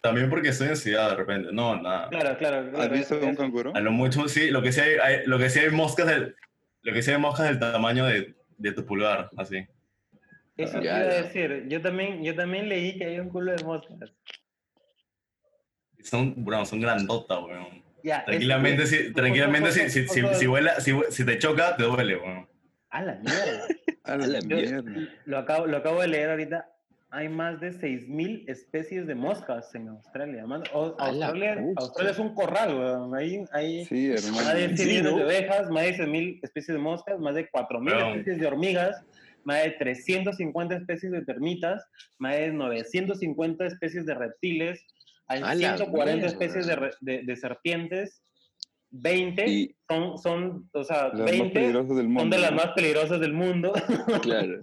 S5: también porque estoy en ciudad de repente. No, nada.
S2: Claro, claro.
S3: ¿Has
S2: claro.
S3: visto un canguro?
S5: A lo mucho sí, lo que sí hay, hay- lo que sí hay moscas del, lo que sí hay moscas del tamaño de, de tu pulgar, así.
S2: Eso te iba
S4: Ya,
S2: a
S4: ya.
S2: decir. Yo también, yo también leí que hay un culo de moscas.
S5: Son, bueno, son grandotas, weón.
S2: Ya,
S5: Tranquilamente,
S3: pues,
S2: eso-
S5: si, tranquilamente si, si, si, si, vuela- si, si te choca, te duele, weón.
S2: A la mierda.
S3: A la,
S4: A la
S3: mierda.
S2: Lo acabo, lo acabo de leer ahorita. Hay más de 6.000 especies de moscas en Australia. man. O-
S4: A la
S2: Australia,
S4: pucha.
S2: Australia es un corral, weón. Ahí, ahí
S3: Sí,
S2: más de
S3: hermano.
S2: 100
S4: Sí,
S2: millones Ah,
S4: ¿no?
S2: de abejas, más de 100.000 especies de moscas, más de 4.000
S5: Weón.
S2: especies de hormigas, más de 350 especies de termitas, más de 950 especies de reptiles, hay
S4: A la
S2: 140
S4: mierda.
S2: especies de, re- de- de serpientes, 20
S4: Y-
S2: son, son, o sea,
S3: Las más
S2: 20
S3: peligrosas del mundo.
S2: son de las
S3: ¿no?
S2: más peligrosas del mundo.
S5: [laughs]
S4: Claro.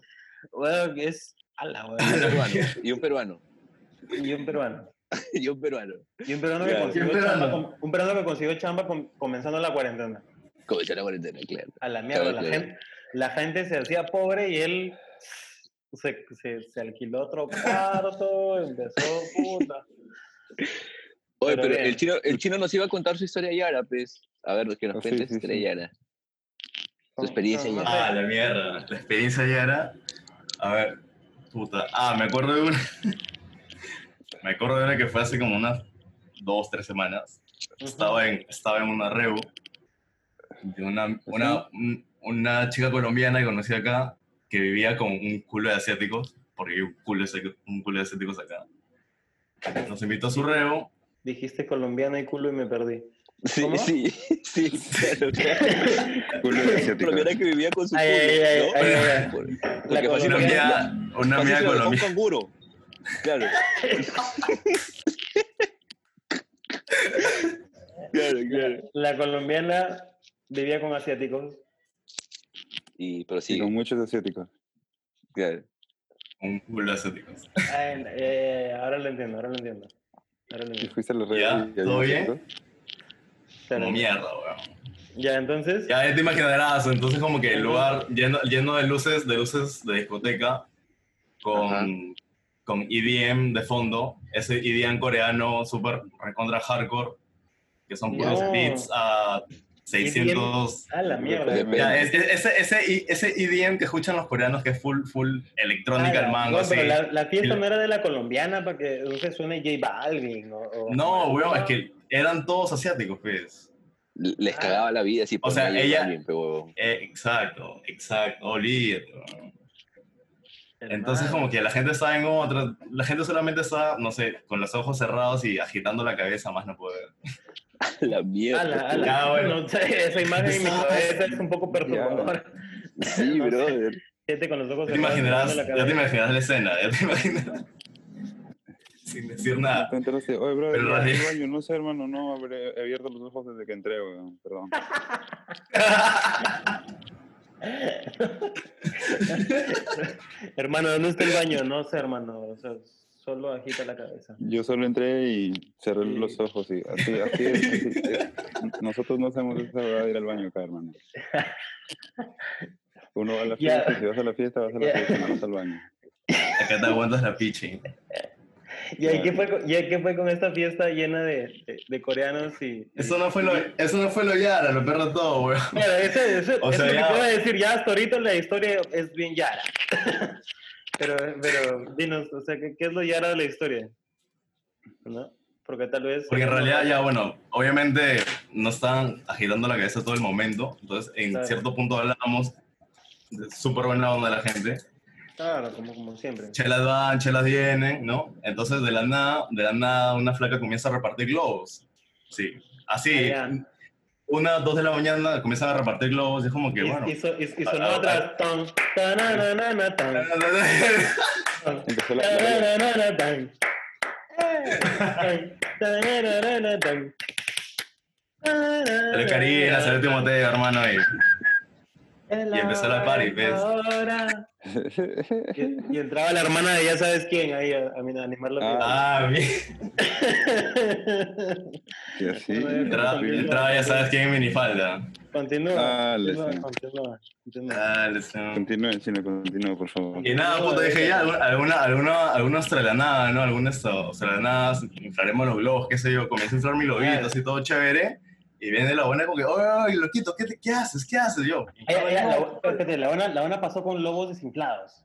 S2: Weón, es a la weón.
S4: Y un peruano. Y un peruano.
S2: Y un peruano. Y
S4: Y un peruano.
S2: un peruano que
S4: Claro.
S2: consiguió
S5: Y un peruano.
S2: chamba, com- un peruano que consiguió chamba com- comenzando la cuarentena.
S4: Comenzó la cuarentena, claro.
S2: A la mierda,
S4: Claro,
S2: la,
S4: claro.
S2: Gente, la gente se hacía pobre y él se, se, se alquiló otro cuarto, empezó puta.
S4: Oye,
S2: Pero
S4: pero,
S2: bien.
S4: el, chino, el chino nos iba a contar su historia Yara, pues. A ver, que nos
S3: Ah, sí,
S4: cuentes
S3: sí,
S4: su historia
S3: sí.
S4: Yara. Tu experiencia
S2: no, no.
S4: Yara.
S5: Ah, la mierda. La experiencia ya era. A ver, puta. Ah, me acuerdo de una. [laughs] me acuerdo de una que fue hace como unas dos, tres semanas. Estaba en, estaba en una rebu de una, una, un- una chica colombiana que conocí acá que vivía con un culo de asiáticos, porque hay un culo, de- un culo de asiáticos acá. Nos invitó a su rebu.
S2: Dijiste colombiana y culo y me perdí.
S4: Sí,
S2: ¿Cómo?
S4: sí, sí,
S3: [laughs]
S4: claro, claro.
S3: Culo de asiático.
S4: Colombiana que vivía con su
S2: Ay,
S4: culo,
S2: ay, ay,
S4: ¿no?
S2: ay, ay.
S5: [laughs]
S4: Por-
S2: La
S4: porque fácil
S5: Una
S4: lo-
S5: amiga, una
S4: fácil
S5: amiga
S4: se lo dejó un
S5: colombiana.
S4: canguro. Claro. claro, claro.
S2: La colombiana vivía con asiáticos.
S4: Y, pero
S3: Y
S4: sí,
S3: con muchos asiáticos.
S4: claro.
S5: Un culo de asiáticos.
S2: Ay, eh, ahora lo entiendo, ahora lo entiendo. Ahora lo
S3: Y
S2: entiendo.
S3: fuiste a la red.
S5: Ya,
S3: y había
S5: ¿todo bien?
S3: asiáticos.
S5: Como
S2: Pero-
S5: mierda, weón.
S2: Ya, entonces.
S5: Ya, ya te imaginarás, entonces como que el lugar lleno, lleno de luces, de luces de discoteca,
S4: Ajá.
S5: con, con EDM de fondo, ese EDM coreano súper recontra hardcore, que son puros
S2: No.
S5: beats a 600...
S2: A la mierda.
S4: Ya,
S2: Bueno,
S5: Ya, es- es- ese, ese, ese EDM que escuchan los coreanos que es full, full electrónica, el mango,
S2: pero
S5: así.
S2: la, la fiesta no era de la colombiana para que no se suene J Balvin. O, o-
S5: No, weón, es que eran todos asiáticos, pues.
S4: Les cagaba la vida así. por
S5: sea,
S4: no llevar
S5: ella-
S4: bien, pe, huevón.
S5: Eh, exacto, exacto, olvídate, weón. Entonces
S2: Hermano.
S5: como que la gente está en otra, la gente solamente está, no sé, con los ojos cerrados y agitando la cabeza más no poder.
S4: La mierda.
S2: Ala,
S4: pe,
S2: ala. [laughs]
S5: Ya, bueno.
S2: No sé, esa imagen
S5: [laughs]
S2: en mi cabeza es un poco perturbadora.
S4: Sí, brother.
S2: Gente con los ojos
S5: Ya
S2: cerrados,
S5: te imaginarás,
S2: mirando la
S5: ya te
S2: cabeza.
S5: imaginarás la escena, ya te [laughs] imaginarás. Sin decir nada.
S3: Te enteraste, oye, brother,
S5: Pero
S3: ya,
S5: Rafi-
S3: tengo años". no sé, hermano, no habré he abierto los ojos desde que entré, weón. Perdón.
S2: Hermano, ¿dónde
S5: [laughs]
S2: está el baño? No sé, hermano. O sea, solo agita la cabeza.
S3: Yo solo entré y cerré
S2: Sí.
S3: los ojos y así, así es. así es. Nosotros no hacemos esa verdad de ir al baño acá,
S5: [laughs]
S3: hermano. Uno va a la
S2: Ya.
S3: fiesta, si vas a la fiesta, vas a la
S2: Ya.
S3: fiesta, no vas al baño.
S5: Acá te aguantas la piche.
S2: ¿Y ahí qué fue, con- y ahí qué fue con esta fiesta llena de, de- de coreanos y...
S5: Eso no fue lo, eso no fue lo Yara, lo perro todo, weón.
S2: Claro, eso, eso-
S5: O
S2: eso
S5: sea,
S2: es lo
S5: ya-
S2: que te iba a decir, ya hasta ahorita la historia es bien yara. [laughs] pero, pero, dinos, o sea, ¿qué, qué es lo yara de la historia? ¿No? Porque tal vez...
S5: Porque en realidad ya, bueno, obviamente no estaban agitando la cabeza todo el momento, entonces en
S2: Claro.
S5: cierto punto hablábamos de súper buena onda la gente.
S2: Claro, como, como siempre.
S5: Chelas van, chelas vienen, ¿no? Entonces de la nada, de la nada una flaca comienza a repartir globos. Sí, así.
S2: Ah, ya.
S5: Una, dos de la mañana comienzan a repartir globos y es como que,
S2: Y,
S5: bueno. [laughs]
S2: y, so- y- y sonó
S5: Ah, ah,
S2: atrás, tan, tananana, tan, tan,
S3: Empezó la, la vela.
S2: tananana, tan. Ay, tan, tananana, tan.
S5: Salió Karina, salió Timoteo, hermano. ahí. Y empezó la party, ¿ves?
S2: Ahora. Y, y entraba la hermana de ya sabes quién ahí a, a mi- a animar la
S3: Ah.
S5: Ah, bien.
S2: fiesta.
S3: Y así.
S5: Entraba, entraba, ya sabes quién en minifalda.
S2: [laughs] Continúa.
S3: Dale,
S2: continúa,
S3: sí.
S2: continúa, continúa.
S5: Dale, sí.
S3: Continúe, chino, continúe, por favor.
S5: Y nada, puta, dije ya, alguna, alguna, alguna, alguna australianada, ¿no? Algunas australianadas, inflaremos los globos, qué sé yo, comencé a inflar mi globito, así todo chévere. Y viene la buena como que, oye, loquito, ¿qué, te- ¿qué haces? ¿Qué haces? Yo,
S2: Ay, ay, ay, la- espérate, la buena, la buena pasó con lobos desinflados.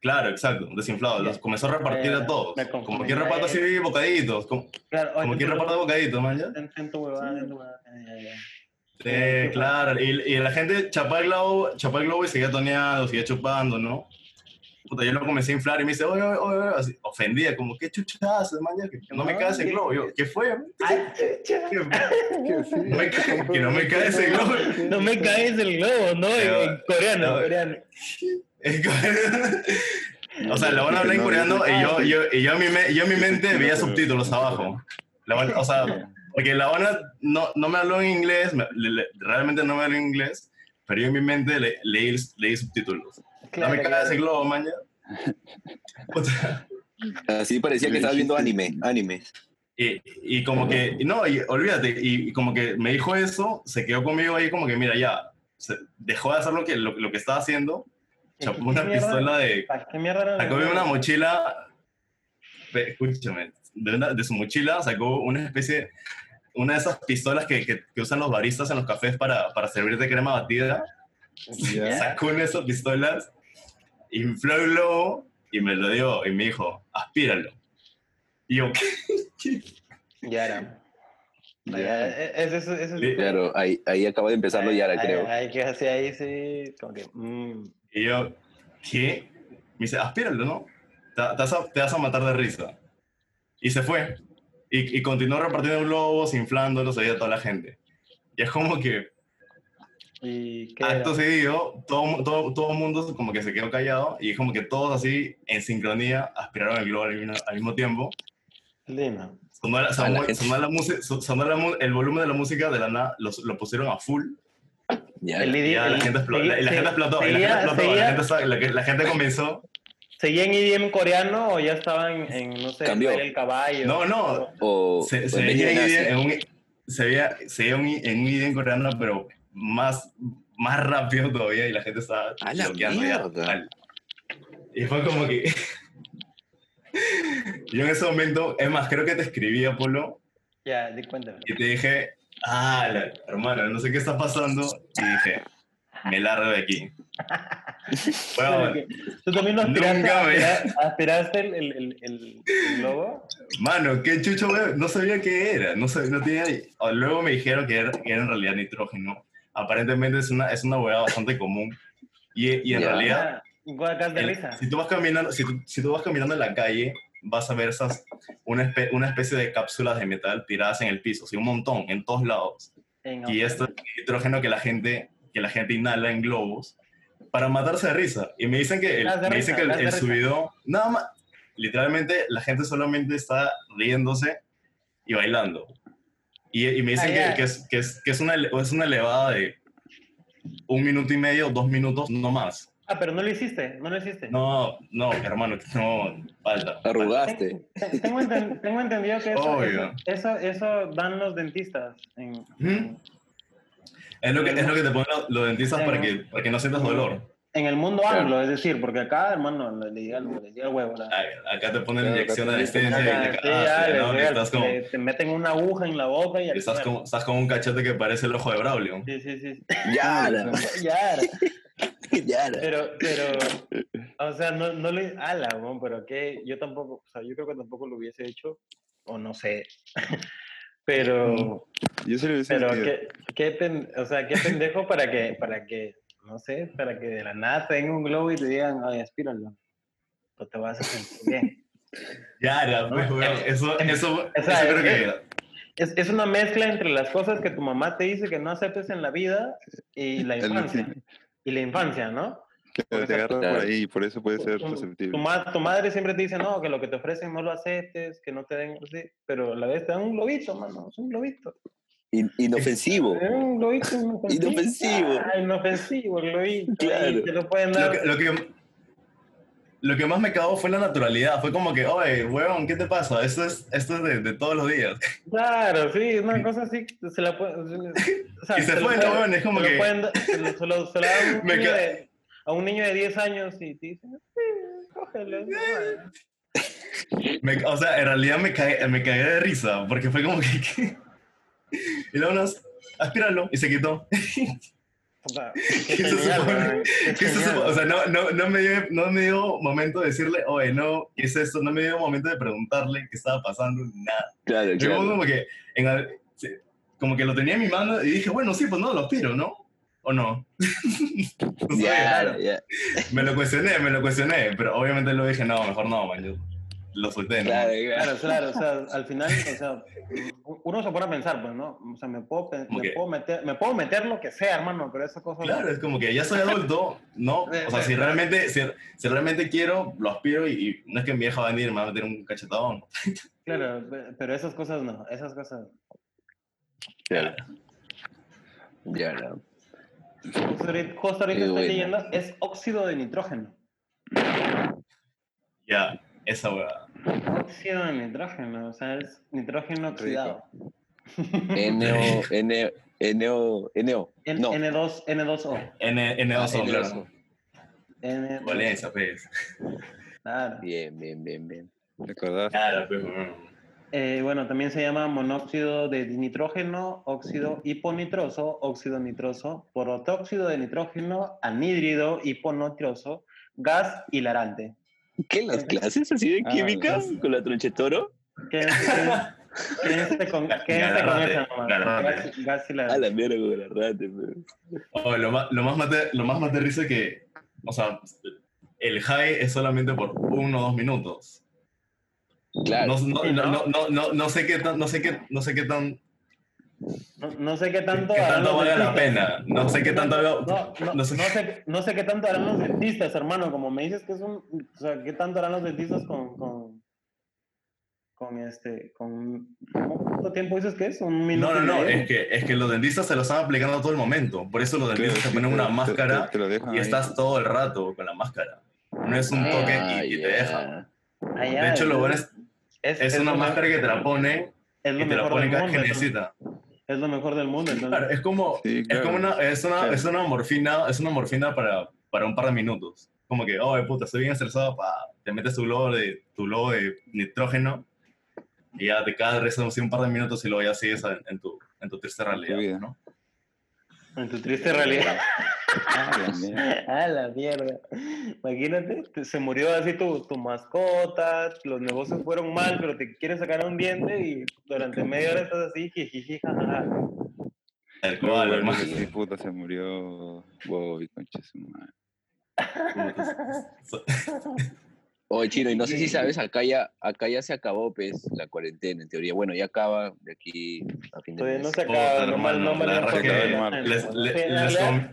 S5: claro, exacto, desinflado. Los comenzó a repartir a todos.
S2: Me confundí.
S5: Como que reparto así bocaditos, como,
S2: Claro, oye,
S5: como que
S2: tú-
S5: reparto bocaditos, man, ya.
S2: Ten- ten tu huevada, ten tu huevada, ya, ya, ya.
S5: Sí, Eh, claro. Y, y la gente chapaba el globo, chapaba el globo y seguía toneando, seguía chupando, ¿no? Puta, yo lo comencé a inflar y me dice, oye, oye, oye, oye", así, ofendida, como, ¿qué chuchadas, man? ya, Que no me cae ese globo. Yo, ¿qué fue? man?
S3: Que sí.
S5: No me cae- que no me cae ese globo.
S2: No me caes el globo, ¿no? En, en coreano,
S5: No.
S2: en coreano.
S5: Es como- [laughs] o sea, la van a hablar en coreano y yo, yo, y yo, en mi, me- yo en mi mente veía subtítulos abajo. La van- o sea, porque la Habana no, no me habló en inglés, me- le- le- realmente no me habló en inglés, pero yo en mi mente le- leí, leí subtítulos. no me
S2: Claro,
S5: cagas
S2: claro.
S5: ese globo, maña. Puta,
S4: Así parecía que estaba viendo anime, anime.
S5: [laughs] Y, y como que, y no, y olvídate, y, y como que me dijo eso, se quedó conmigo ahí como que, mira, ya, se- dejó de hacer lo que, lo, lo que estaba haciendo, chapó una
S2: ¿Qué mierda? Ah.
S5: pistola de
S2: ¿Para qué mierda era?
S5: Sacó de una mochila, pe- escúchame, de, una- de su mochila sacó una especie, una de esas pistolas que, que- que usan los baristas en los cafés para, para servirte crema batida.
S3: Ya.
S5: Sacó una de esas pistolas, infló el globo y me lo dio y me dijo, aspíralo. Y yo, ¿qué?
S2: Ya era. Ya,
S3: Ya.
S2: eh, es- es- es- es-
S5: Li-
S4: Claro, ahí, ahí acaba de empezarlo Yara,
S2: Ay,
S4: creo.
S2: Ay, que hace ahí, sí. Como que. mm.
S5: Y yo, ¿qué? Me dice, aspíralo, ¿no? Te, te vas, a, te vas a matar de risa. Y se fue. Y, y continuó repartiendo globos, inflándolos ahí a toda la gente. Y es como que,
S2: ¿Y qué?
S5: acto
S2: era?
S5: seguido, todo el todo, todo mundo como que se quedó callado y es como que todos así, en sincronía, aspiraron el globo al, mismo- al mismo tiempo.
S2: Lima.
S5: Sonó, la, sonó-
S4: la gente.
S5: sonó la música- son- sonó la mu- el volumen de la música de la nada, los- lo pusieron a full.
S4: Ya,
S2: El
S5: Y
S2: idi-
S5: ya la
S2: el-
S5: gente explotó,
S2: seguía-
S5: la, y la
S2: se-
S5: gente explotó, y la gente
S2: seguía-
S5: explotó, la
S2: seguía-
S5: gente sa- la que- la gente comenzó.
S2: ¿Seguía en IDM coreano o ya estaba en, en, no sé,
S4: Cambió.
S2: el caballo?
S5: No, no,
S4: O, o
S5: se,
S4: en
S5: se
S4: vez de
S5: veía, en
S4: nazi.
S5: idea- en un, se veía, se veía un, en un idioma coreano, pero más, más rápido todavía y la gente estaba
S4: ¡A la
S5: bloqueando ya.
S4: mierda!
S5: Al- Y fue como que... [laughs] Yo en ese momento, es más, creo que te escribí, Apolo,
S2: Ya, di cuenta.
S5: y te dije, ah, la- hermano, no sé qué está pasando, y dije, me largo de aquí. Bueno,
S2: ¿Tú también lo aspiraste,
S5: Nunca me-
S2: aspira- aspiraste el, el, el, el- el logo?
S5: Mano, qué chucho, güey. No sabía qué era. No sabía, no tenía... o Luego me dijeron que era, que era en realidad nitrógeno. Aparentemente es una, es una hueá bastante común. Y, y en
S4: Ya.
S5: realidad,
S2: Ah, Igual acá es de
S5: en-
S2: risa.
S5: si, tú vas caminando, si, tú, si tú vas caminando en la calle, vas a ver esas, una, espe- una especie de cápsulas de metal tiradas en el piso. Sí, un montón, en todos lados.
S2: En-
S5: Y esto es nitrógeno que la gente, que la gente inhala en globos para matarse de risa. Y me dicen que el,
S2: Las de
S5: me dicen
S2: risa, las
S5: que el,
S2: de
S5: el
S2: risa.
S5: subido, nada más, literalmente la gente solamente está riéndose y bailando. Y, y me dicen
S2: Ah,
S5: que-
S2: ya.
S5: que, es, que, es, que es, una, ele- es una elevada de un minuto y medio, dos minutos, no más.
S2: Ah, pero no lo hiciste, no lo hiciste.
S5: No, no, hermano, [laughs] no, falta.
S4: Arrugaste.
S2: Ten- Tengo, enten- tengo entendido que eso,
S5: Obvio.
S2: eso, eso, eso dan los dentistas. En,
S5: ¿Mm? Es lo que, es lo que te ponen los, los dentistas para que, para que no sientas dolor.
S2: En el mundo
S4: Claro.
S2: anglo, es decir, porque acá, hermano, le le llega el, le llega el huevo. la-
S5: A- Acá te ponen
S3: Claro,
S5: inyección de
S3: acá te
S5: anestesia y
S2: Acá,
S5: te
S2: sí, ya,
S5: cagaste,
S2: le
S5: ¿no? Que
S2: llega el-
S5: estás como,
S2: le- te meten una aguja en la boca y al
S5: estás
S2: final-
S5: como, estás como un cachete que parece el ojo de Braulio.
S2: Sí, sí, sí. [laughs]
S5: [laughs]
S4: Yara, [laughs]
S2: ya, era.
S4: Yara.
S2: pero, pero, o sea, no, no le, ala, weón, pero que yo tampoco, o sea, yo creo que tampoco lo hubiese hecho, o no sé, [laughs] pero,
S3: Yo se lo hubiese
S2: pero,
S3: metido.
S2: qué, qué pen- o sea, qué pendejo para que, para que, no sé, para que de la nada te den un globo y te digan, ay, aspíralo, no te vas a sentir bien.
S5: Yara, pues,
S2: No,
S5: weón,
S2: eh,
S5: eso, eso, eso
S2: sea,
S5: creo
S2: eh,
S5: que...
S2: Es, es una mezcla entre las cosas que tu mamá te dice que no aceptes en la vida y la
S3: El-
S2: infancia. Y la infancia, ¿no?
S3: Claro, te agarran por
S4: Claro.
S3: ahí y por eso puede ser
S2: Tu, tu
S3: susceptible.
S2: ma- tu madre siempre te dice, no, que lo que te ofrecen no lo aceptes, que no te den, sí, pero a la vez te dan un globito, mano, es un globito.
S4: In- inofensivo.
S2: Te dan un globito inofensivo.
S4: Inofensivo.
S2: Ah, inofensivo, el globito.
S4: Claro.
S2: Y te lo pueden
S5: Lo
S2: dar.
S5: que, lo que lo que más me cagó fue la naturalidad. Fue como que, oye, weón, ¿qué te pasa? Esto es, esto es de, de todos los
S2: [laughs]
S5: días.
S2: Claro, sí, es una cosa así, se la pueden... O sea,
S5: [laughs] Y se
S2: lo
S5: fue, ¿no,
S2: pueden-
S5: weón? Es como
S2: se lo
S5: que-
S2: pueden dar- se lo- se lo- se lo dan a un
S5: [laughs] Me
S2: niño
S5: ca-
S2: de- a un niño de 10 años y te dicen, sí, cógelo. no vale".
S5: Me- o sea, en realidad me cagué, me cagué de risa, porque fue como que... [laughs] que- y luego nos... Aspíralo. Y se quitó.
S2: Puta,
S5: [laughs] ¿Qué
S2: qué
S5: se
S2: genial,
S5: supone?
S2: weón, qué
S5: [laughs] ¿Qué es eso?
S2: genial.
S5: O sea, no, no, no, me dio, no me dio momento de decirle, oye, no, ¿qué es esto? No me dio momento de preguntarle qué estaba pasando, ni nada.
S4: Claro,
S5: Yo
S4: claro.
S5: como que, en al- sí, como que lo tenía en mi mano y dije, bueno, sí, pues no, lo aspiro, ¿no? ¿O no? [laughs] No sé,
S4: Yara, ya,
S5: me lo cuestioné, me lo cuestioné, pero obviamente lo dije, no, mejor no, man, yo lo solté. ¿no?
S4: claro, claro.
S2: Claro, claro, o sea, al final, o sea, u- uno se pone a pensar, pues, ¿no? O sea, me puedo, pe-
S5: Como
S2: me
S5: que-
S2: puedo, meter, me puedo meter lo que sea, hermano, pero esa cosa...
S5: Claro, es como que ya soy adulto, ¿no? O sea, si realmente, si, si realmente quiero, lo aspiro y, y no es que mi vieja va a venir y me va a meter un cachetadón.
S2: Claro, pe- pero esas cosas no, esas cosas...
S4: Yara. Yara.
S2: Justo ahorita, justo ahorita
S4: Qué
S2: estoy
S4: buena.
S2: leyendo, es óxido de nitrógeno.
S5: Ya, esa weá.
S2: Óxido de nitrógeno, o sea, es nitrógeno oxidado.
S5: [laughs]
S4: NO, NO, NO, NO.
S2: N-
S4: No.
S2: N2, N2O.
S5: N,
S4: Ah,
S5: N2O, claro.
S4: NO.
S2: N2O.
S5: ¿Cuál es esa, pues?
S2: Claro.
S4: Bien, bien, bien, bien.
S3: ¿Te acordás?
S5: Claro, pues, weón.
S2: Eh, bueno, también se llama monóxido de nitrógeno, óxido hiponitroso, óxido nitroso, protóxido de nitrógeno, anhídrido, hiponotroso, gas hilarante.
S4: ¿Qué las clases así de
S2: Ah,
S4: química
S2: las-
S4: con la tronchetoro?
S2: Quédense quédense este con, quédense con
S5: Hilarante,
S2: esa nomás,
S5: hilarante.
S2: gas- Gas
S4: A
S2: hilarante.
S4: la mierda con la rata. pe.
S5: Oh, lo, más, lo, más mate- lo más mate risa que, o sea, el high es solamente por uno o dos minutos.
S4: Claro.
S5: No, no,
S2: Sí, ¿no?
S5: no, no, no, no sé qué tan, no sé qué, no sé qué tan
S2: No, no sé qué tanto.
S5: que
S2: harán
S5: tanto
S2: los
S5: valga la
S2: dentistas.
S5: pena. No sé qué tanto
S2: No,
S5: valga-
S2: no,
S5: no sé-
S2: no sé, no sé qué tanto harán los dentistas, hermano. Como me dices que es un. O sea, qué tanto harán los dentistas con. con con este, con... ¿Cuánto tiempo dices que es? ¿Un
S5: No,
S2: minuto?
S5: no,
S2: y
S5: no.
S2: medio?
S5: Es que, es que los dentistas se lo están aplicando a todo el momento. Por eso los dentistas
S3: Claro,
S5: se
S3: sí,
S5: ponen
S3: te-
S5: una
S3: te-
S5: máscara
S3: te- te lo dejan
S5: y
S3: ahí.
S5: estás todo el rato con la máscara. No es un toque
S4: Ah,
S5: y, y te
S4: ya.
S5: dejan.
S2: Ah, ya,
S5: De hecho, lo bueno
S2: entonces,
S5: es, es una
S2: lo me-
S5: máscara que te la pone
S2: es
S5: y
S2: lo
S5: te la
S2: mejor
S5: pone
S2: del
S5: cada
S2: mundo.
S5: que
S2: entonces.
S5: necesita.
S2: Es lo mejor del mundo. entonces.
S5: Claro, es como,
S3: Sí,
S5: es
S3: claro.
S5: como una, es una,
S3: Claro.
S5: es una morfina, es una morfina para, para un par de minutos. Como que, oh, puta, estoy bien estresado, pa", te metes tu globo de, tu globo de nitrógeno y ya te quedas rezando así un par de minutos y luego ya sigues en, en tu, en tu triste realidad,
S3: vida.
S5: ¿no?
S2: En tu triste realidad. [laughs]
S3: Ah,
S5: [laughs]
S3: la mierda.
S2: A la mierda. Imagínate, te- se murió así tu, tu mascota, los negocios fueron mal, pero te quieres sacar un diente y durante media hora estás así, jijiji, jajaja.
S5: El
S3: Luego
S5: cual,
S3: vuelves
S5: hermano.
S3: a decir, puta, se murió Bobby, concha su madre.
S5: Como que-
S4: Oye, Chino, y no sé si sabes, acá ya, acá ya se acabó pues, la cuarentena, en teoría. Bueno, ya acaba de aquí a fin de
S2: Todavía
S4: mes.
S2: no se
S5: Puta,
S2: acaba, no mal,
S5: hermano,
S2: no mal.
S5: la verdad
S2: enfoque.
S5: que
S3: del mar.
S5: les- le-
S2: Sí,
S5: les
S2: la-
S5: com-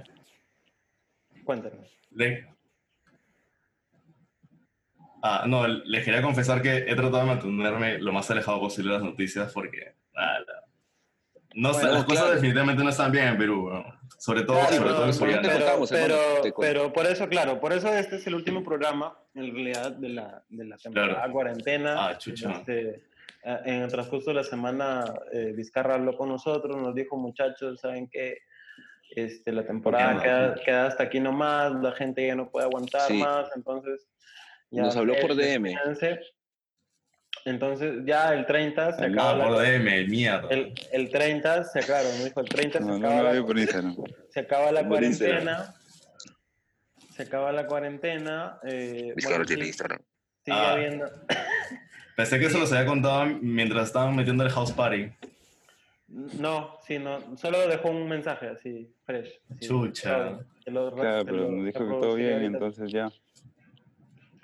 S2: Cuéntame.
S5: le- Ah, no, les quería confesar que he tratado de mantenerme lo más alejado posible de las noticias porque. ah, la- no sé,
S4: Bueno,
S5: las cosas
S4: claro.
S5: definitivamente no están bien en Perú, ¿no? sobre todo,
S4: Claro,
S5: sobre todo en
S4: pero-
S5: Surinam.
S4: pero- cortamos, hermano,
S2: pero-
S4: te corto.
S2: pero por eso, claro, por eso este es el último programa, en realidad, de la, de la temporada
S5: Claro.
S2: cuarentena.
S5: Ah, chucha.
S2: Este, a- en eh, el transcurso de la semana, eh, Vizcarra habló con nosotros, nos dijo, muchachos, ¿saben qué? Este, la temporada
S5: no,
S2: queda, queda hasta aquí nomás, la gente ya no puede aguantar
S4: Sí.
S2: más, entonces... ya
S4: Nos habló por
S2: ustedes
S4: DM.
S2: despídanse. Entonces ya el 30 se acaba
S5: No,
S2: la-
S5: por DM, mierda.
S2: el, el 30 se acaba, me dijo, el 30 se
S3: No, no,
S2: acaba
S3: no,
S2: la-
S3: yo por
S5: [laughs]
S3: Instagram.
S2: se acaba la
S3: Como dice.
S2: cuarentena. Se acaba la cuarentena. Eh, bueno, sí,
S4: Instagram.
S2: sigue
S5: Ah.
S2: habiendo.
S5: Pensé que eso los había contado mientras estaban metiendo el house party.
S2: No, sí, no. Solo dejó un mensaje así, fresh. así,
S5: Chucha.
S2: te lo- te lo-
S3: Claro,
S2: te
S3: pero
S2: lo-
S3: nos dijo
S2: te
S3: que
S2: lo
S3: todo
S2: sigue
S3: bien,
S2: ahorita.
S3: entonces ya. Ya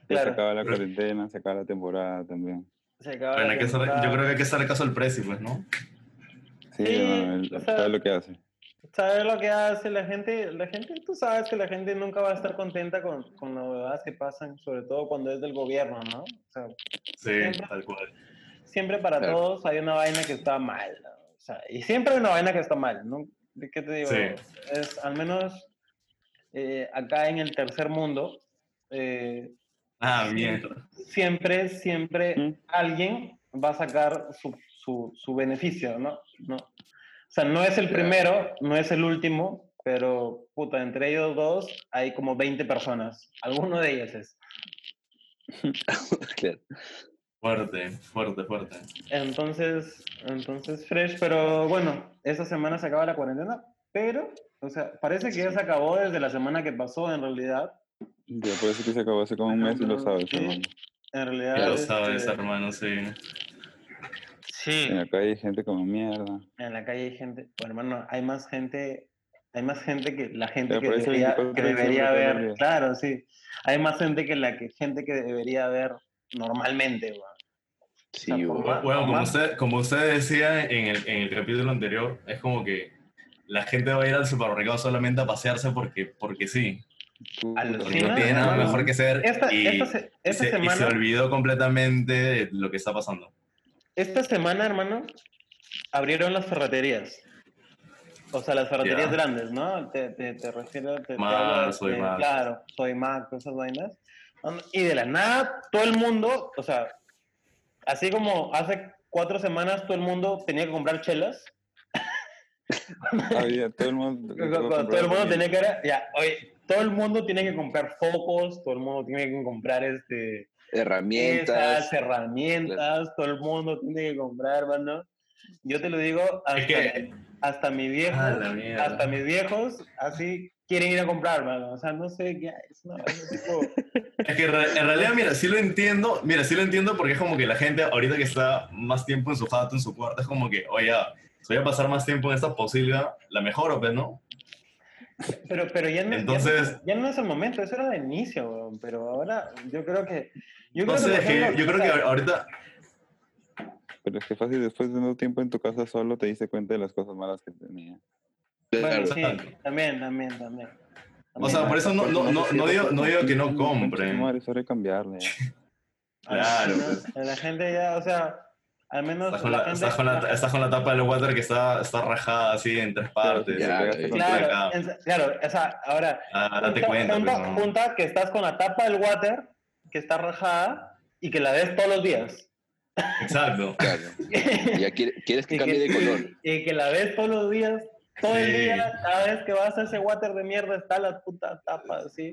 S2: Claro.
S3: Se acaba la cuarentena, se acaba la temporada también.
S2: Se acaba
S5: Bueno,
S2: la
S5: hay que hacer-
S2: temporada.
S5: yo creo que hay que hacer caso al precio, pues, ¿no?
S3: Sí,
S2: Sí,
S3: no, él
S2: o sea-
S3: sabe lo que hace.
S2: ¿Sabes lo que hace la gente? La gente, tú sabes que la gente nunca va a estar contenta con, con las huevadas que pasan, sobre todo cuando es del gobierno, ¿no? O sea,
S5: Sí,
S2: Siempre.
S5: tal cual.
S2: siempre para
S4: Claro.
S2: todos hay una vaina que está mal. ¿no? O sea, y siempre hay una vaina que está mal, ¿no? ¿De ¿Qué te digo?
S5: Sí.
S2: Es, al menos eh, acá en el tercer mundo, eh,
S5: Ah, mierda.
S2: siempre, siempre
S3: ¿Mm?
S2: alguien va a sacar su, su, su beneficio, ¿no? ¿no? O sea, no es el
S4: Claro.
S2: primero, no es el último, pero puta, entre ellos dos hay como 20 personas. Alguno de ellos es.
S4: [laughs] claro.
S5: Fuerte, fuerte, fuerte.
S2: Entonces, entonces fresh, pero bueno, esta semana se acaba la cuarentena, pero, o sea, parece que ya se acabó desde la semana que pasó en realidad.
S3: Ya parece que se acabó hace como un mes y lo sabes,
S2: Sí.
S3: hermano.
S2: En realidad.
S5: Ya lo
S2: este,
S5: sabes, hermano, sí.
S2: Sí,
S3: En la calle hay gente como mierda.
S2: en la calle hay gente, bueno, hermano, hay más gente, hay más gente que la gente
S3: Pero
S2: que
S3: por eso
S2: debería,
S3: 24
S2: que
S3: horas
S2: debería
S3: siempre está
S2: ver,
S3: nervioso.
S2: claro, sí. Hay más gente que la que gente que debería ver normalmente, weón.
S4: Sí,
S2: O sea, por
S4: weón.
S2: más-
S5: Bueno,
S2: por
S5: como
S2: más-
S5: usted, como usted decía en el, en el capítulo anterior, es como que la gente va a ir al supermercado solamente a paseaforme porque, porque sí. Porque
S2: Sí,
S5: no
S2: no,
S5: tiene nada
S2: hermano.
S5: mejor que hacer
S2: Esta,
S5: y,
S2: esta se-
S5: y
S2: esta
S5: se, y se
S2: semana.
S5: olvidó completamente de lo que está pasando.
S2: Esta semana, hermano, abrieron las ferreterías. O sea, las ferreterías
S5: Ya.
S2: grandes, ¿no? Te, te, te refiero, te, te
S5: Mac,
S2: hablo
S5: Soy
S2: de-
S5: Mac.
S2: Claro, soy Mac, todas esas vainas. Um, Y de la nada, todo el mundo, o sea, así como hace cuatro semanas todo el mundo tenía que comprar chelas,
S3: Había todo el
S5: [laughs]
S3: mundo.
S2: cuando todo el mundo tenía que, ya, oye, todo el mundo tiene que comprar focos, todo el mundo tiene que comprar este,
S4: Herramientas.
S2: esas herramientas, todo el mundo tiene que comprar, hermano. Yo te lo digo, hasta,
S5: Es que-
S2: hasta mis viejos,
S5: Ah, la mierda.
S2: hasta mis viejos, así quieren ir a comprar, hermano. O sea, no sé qué es, no, es tipo,
S5: Es que en re- en realidad, mira, sí lo entiendo, mira, sí lo entiendo porque es como que la gente ahorita que está más tiempo en su jato, en su cuarto, es como que, oye, si voy a pasar más tiempo en esta posibilidad, la mejor, pues, ¿no?
S2: pero, pero ya no, ya no-
S5: Entonces-
S2: ya, no es el momento, eso era el inicio, weón, pero ahora yo creo que, yo
S5: No
S2: creo
S5: sé,
S2: que,
S5: es
S2: por
S5: que
S2: ejemplo,
S5: yo creo
S2: o
S5: que
S2: sea,
S5: ahorita,
S3: Pero es que fácil, después de un tiempo en tu casa solo te diste cuenta de las cosas malas que tenía.
S2: bueno,
S4: Claro.
S2: sí, también, también, también.
S5: o sea, por eso no, no, no, no digo, no digo que no compren.
S3: Madre, es hora de cambiarle. ya.
S5: Claro,
S2: La-
S5: pues.
S2: La gente ya, o sea, al menos
S5: Estás con
S2: la
S5: la,
S2: gente-
S5: estás con la- estás con la tapa del water que está, está rajada así en tres partes.
S3: Te
S4: Ya,
S3: pegaste
S4: eh.
S3: con tu-
S2: Claro,
S5: acá.
S2: en- claro, o sea, ahora,
S5: Ah, date
S2: junta,
S5: cuenta.
S2: junta-
S5: pues, ¿no?
S2: junta que estás con la tapa del water, que está rajada, y que la ves todos los
S3: [laughs]
S2: días.
S5: Exacto.
S4: claro. Ya quiere- quieres
S2: [laughs]
S4: que
S2: Y
S4: cambie de color.
S2: Y que la ves todos los días, todo el
S5: Sí.
S2: día, cada vez que vas a ese water de mierda está la puta tapa así.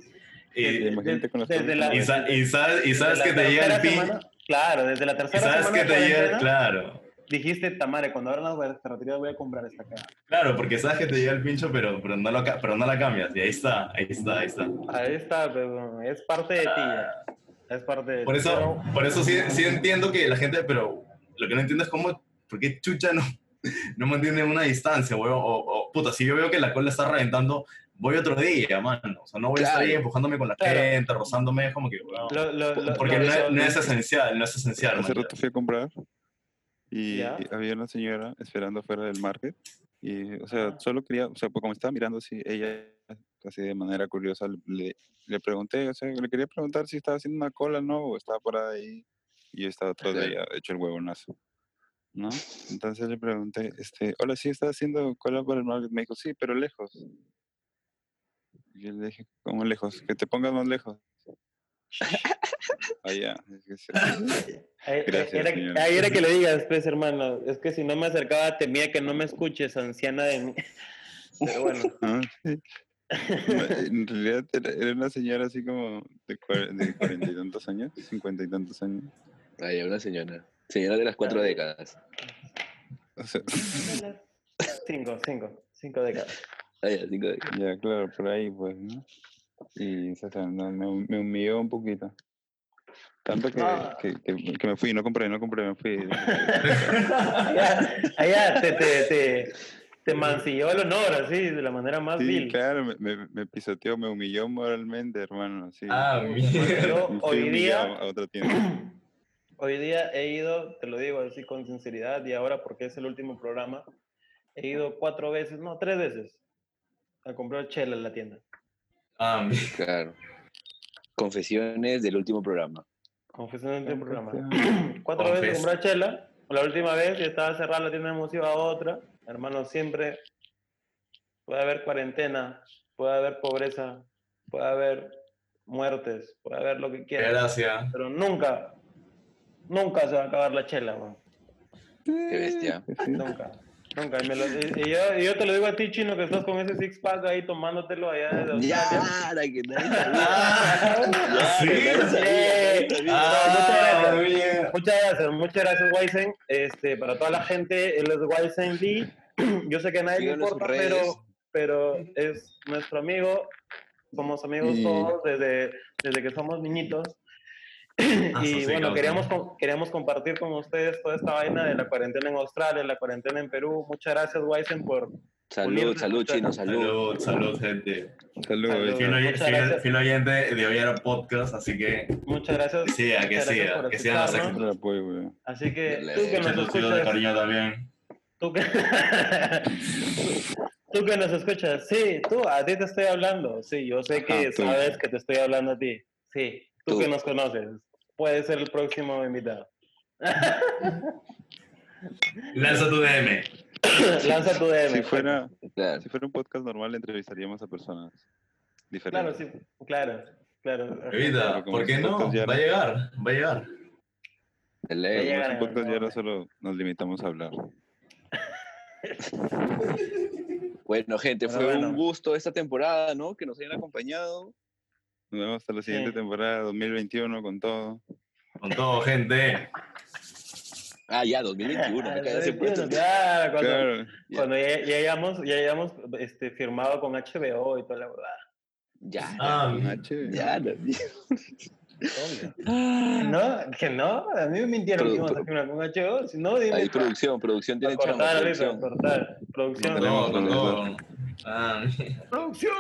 S5: Y,
S3: Sí, imagínate con las
S2: desde
S3: torres
S2: la-
S5: y sa- y sabes, y
S2: desde
S5: sabes
S2: la
S5: que te llega el
S2: tercera
S5: pin.
S2: semana- Claro, desde la
S5: Y
S2: tercera
S5: sabes
S2: semana
S5: que
S2: de
S5: te llega,
S2: cuarentena,
S5: claro.
S2: dijiste, Tamare, cuando abran la ferretería voy a comprar esta cara.
S5: Claro, porque sabes que te llega el pincho, pero, pero, no, lo, ca- pero no la cambias. Y ahí está, ahí está, ahí está.
S2: Ahí está, pero es parte de ti. ya. Es parte de
S5: Por
S2: ti.
S5: eso, por eso sí, sí entiendo que la gente, pero lo que no entiendo es cómo, por qué chucha no, [laughs] no mantiene una distancia, weón. O, o, puta, si yo veo que la cola está reventando, voy otro día, mano. O sea, no voy a estar ahí
S4: Claro.
S5: empujándome con la
S2: Claro.
S5: gente, rozándome, es como que, weón.
S2: Lo- lo- lo-
S5: Porque
S2: lo-
S5: no es,
S2: lo-
S5: no es esencial, no es esencial,
S3: Hace
S5: man.
S3: rato fui a comprar y
S2: Ya.
S3: había una señora esperando fuera del market y, o sea, solo quería, o sea, pues como estaba mirando si ella, así de manera curiosa, le, le pregunté, o sea, le quería preguntar si estaba haciendo una cola, ¿no? O estaba por ahí y yo estaba atrás de ella, hecho el huevonazo, ¿no? Entonces le pregunté, este, hola, ¿sí está haciendo cola para el market? Me dijo, sí, pero lejos. Y yo le dije, ¿cómo lejos? Que te pongas más lejos. Allá. es que se-
S2: Ahí eh,
S3: Gracias,
S2: era,
S3: señora.
S2: ahí era que le
S3: [laughs]
S2: digas, pues, hermano. Es que si no me acercaba, temía que no me escuches, anciana de mí. Pero bueno,
S3: Ah, sí. No,
S2: [laughs]
S3: En realidad era era una señora así como de cuar- de cuarenta y tantos años, cincuenta y tantos años.
S4: Ahí una señora. Señora de las cuatro décadas.
S3: O sea, [laughs]
S2: cinco, cinco, cinco décadas.
S4: Ahí, cinco décadas.
S3: ya, claro, por ahí pues, ¿no? Y o sea, no, me, hum- me humilló un poquito. Tanto que,
S2: Ah.
S3: que, que- que me fui, no compré, no compré,
S2: [laughs]
S3: me fui.
S2: Allá, allá te, te, te, te mancilló el honor, así, de la manera más
S3: Sí,
S2: vil.
S3: claro, me, me, me pisoteó, me humilló moralmente, hermano. Sí.
S6: Ah, mierda.
S3: [laughs]
S2: Yo
S3: Me fui
S2: hoy
S3: humillado
S2: día,
S3: A
S2: [clears throat]
S3: otra tienda.
S2: hoy día he ido, te lo digo así con sinceridad, y ahora porque es el último programa, he ido cuatro veces, no, tres veces, a comprar chela en la tienda.
S6: Ah, mierda.
S4: Claro. Confesiones del último programa.
S2: Confesiones del programa.
S3: Confesiones.
S2: Cuatro veces
S6: Confes-
S2: compré chela. La última vez ya estaba cerrada la tienda de museo a otra. Hermano, siempre puede haber cuarentena, puede haber pobreza, puede haber muertes, puede haber lo que
S6: Qué
S2: quieras. [laughs]
S6: gracia.
S2: Pero nunca, nunca se va a acabar la chela, weón.
S4: Qué bestia.
S3: Sí.
S2: Nunca. Nunca. Y, me lo- y- y yo, y yo te lo digo a ti, chino, que estás con ese six pack ahí tomándotelo allá desde Australia.
S4: Ya, la que nadie sabía.
S6: Ah,
S4: Ya,
S6: ¿sí?
S4: que nadie sabía, que nadie sabía.
S6: Ah,
S2: muchas
S6: mierda.
S2: Muchas gracias, muchas gracias, Weizen. Este, para toda la gente, él es Weizen Lee. [clears throat] Yo sé que a nadie le
S4: Síganos en
S2: importa,
S4: redes.
S2: pero, pero es nuestro amigo. Somos amigos
S3: Y-
S2: todos desde, desde que somos niñitos. [clears throat]
S6: Ah, eso
S2: y
S6: sí,
S2: bueno,
S6: causa.
S2: queríamos, com- queríamos compartir con ustedes toda esta vaina de la cuarentena en Australia, la cuarentena en Perú. Muchas gracias, Weizen, por...
S4: Salud, salud, chino, salud.
S6: Salud, salud, gente.
S3: Saludos.
S2: Saludos.
S3: [laughs]
S6: Fiel oy-
S2: Muchas
S6: fiel-
S2: gracias.
S6: fiel oyente de hoy era podcast, así que
S2: Muchas gracias.
S6: siga, que
S2: Muchas gracias
S6: siga,
S2: por
S6: que sigan las
S2: aceptarnos.
S3: Gracias por el apoyo, weón.
S2: Así que
S4: Dale.
S2: tú que nos
S6: Muchos de
S2: escuchas...
S6: cariño también.
S2: Tú que, [laughs] tú que nos escuchas, sí, tú, a ti te estoy hablando, sí, yo sé que
S3: Ajá, tú.
S2: sabes que te estoy hablando a ti, sí, tú,
S4: Ah, Tú.
S2: que nos conoces, puedes ser el próximo invitado.
S6: Lanza tu DM.
S2: Lanza tu DM.
S3: Si fuera,
S4: Claro.
S3: si fuera un podcast normal, entrevistaríamos a personas
S2: Claro,
S3: diferentes.
S2: sí, claro, claro.
S6: Evita, ¿por qué no? Va a llegar, va a llegar.
S4: de
S2: Ya
S4: ley.
S3: Como es
S2: llegará,
S3: un podcast
S2: ¿no?
S3: y ahora solo nos limitamos a hablar.
S4: Bueno, gente,
S2: Pero
S4: fue
S2: bueno.
S4: un gusto esta temporada, ¿no? Que nos hayan acompañado.
S3: Nos vemos hasta la siguiente
S2: Sí.
S3: temporada, 2021, con todo.
S6: Con todo, gente.
S4: Ah, ya, 2021. me cae ese puesto.
S2: Claro, cuando,
S3: Claro,
S2: cuando ya, ya hayamos, ya hayamos este, firmado con HBO y toda la verdad.
S4: Ya,
S6: Ah,
S3: H.
S4: ya, la
S2: Ah,
S1: Ah.
S2: ¿No? ¿Que no? A mí me mintieron que
S4: Produ-
S2: íbamos a
S4: pro-
S2: firmar con HBO, si no, dime.
S4: Ahí
S2: pa-
S4: producción, producción
S2: A
S4: tiene chamba.
S2: cortar, ahorita, a
S4: producción.
S2: cortar. Producción.
S6: con todo, con todo. Ah, [laughs]
S2: ¡Producción!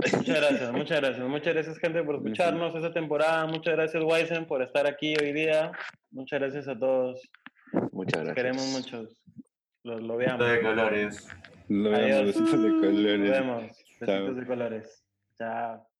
S2: Muchas gracias, muchas gracias. Muchas gracias, gente, por
S3: Bien,
S2: escucharnos esta temporada. Muchas gracias, Weizen, por estar aquí hoy día. Muchas gracias a todos.
S4: Muchas
S2: Los
S4: gracias.
S2: queremos mucho. Los lo veamos.
S6: de colores.
S3: Lo
S2: Adiós.
S3: veamos, besitos de
S2: Nos
S3: colores.
S2: vemos. Besitos de colores. Chao.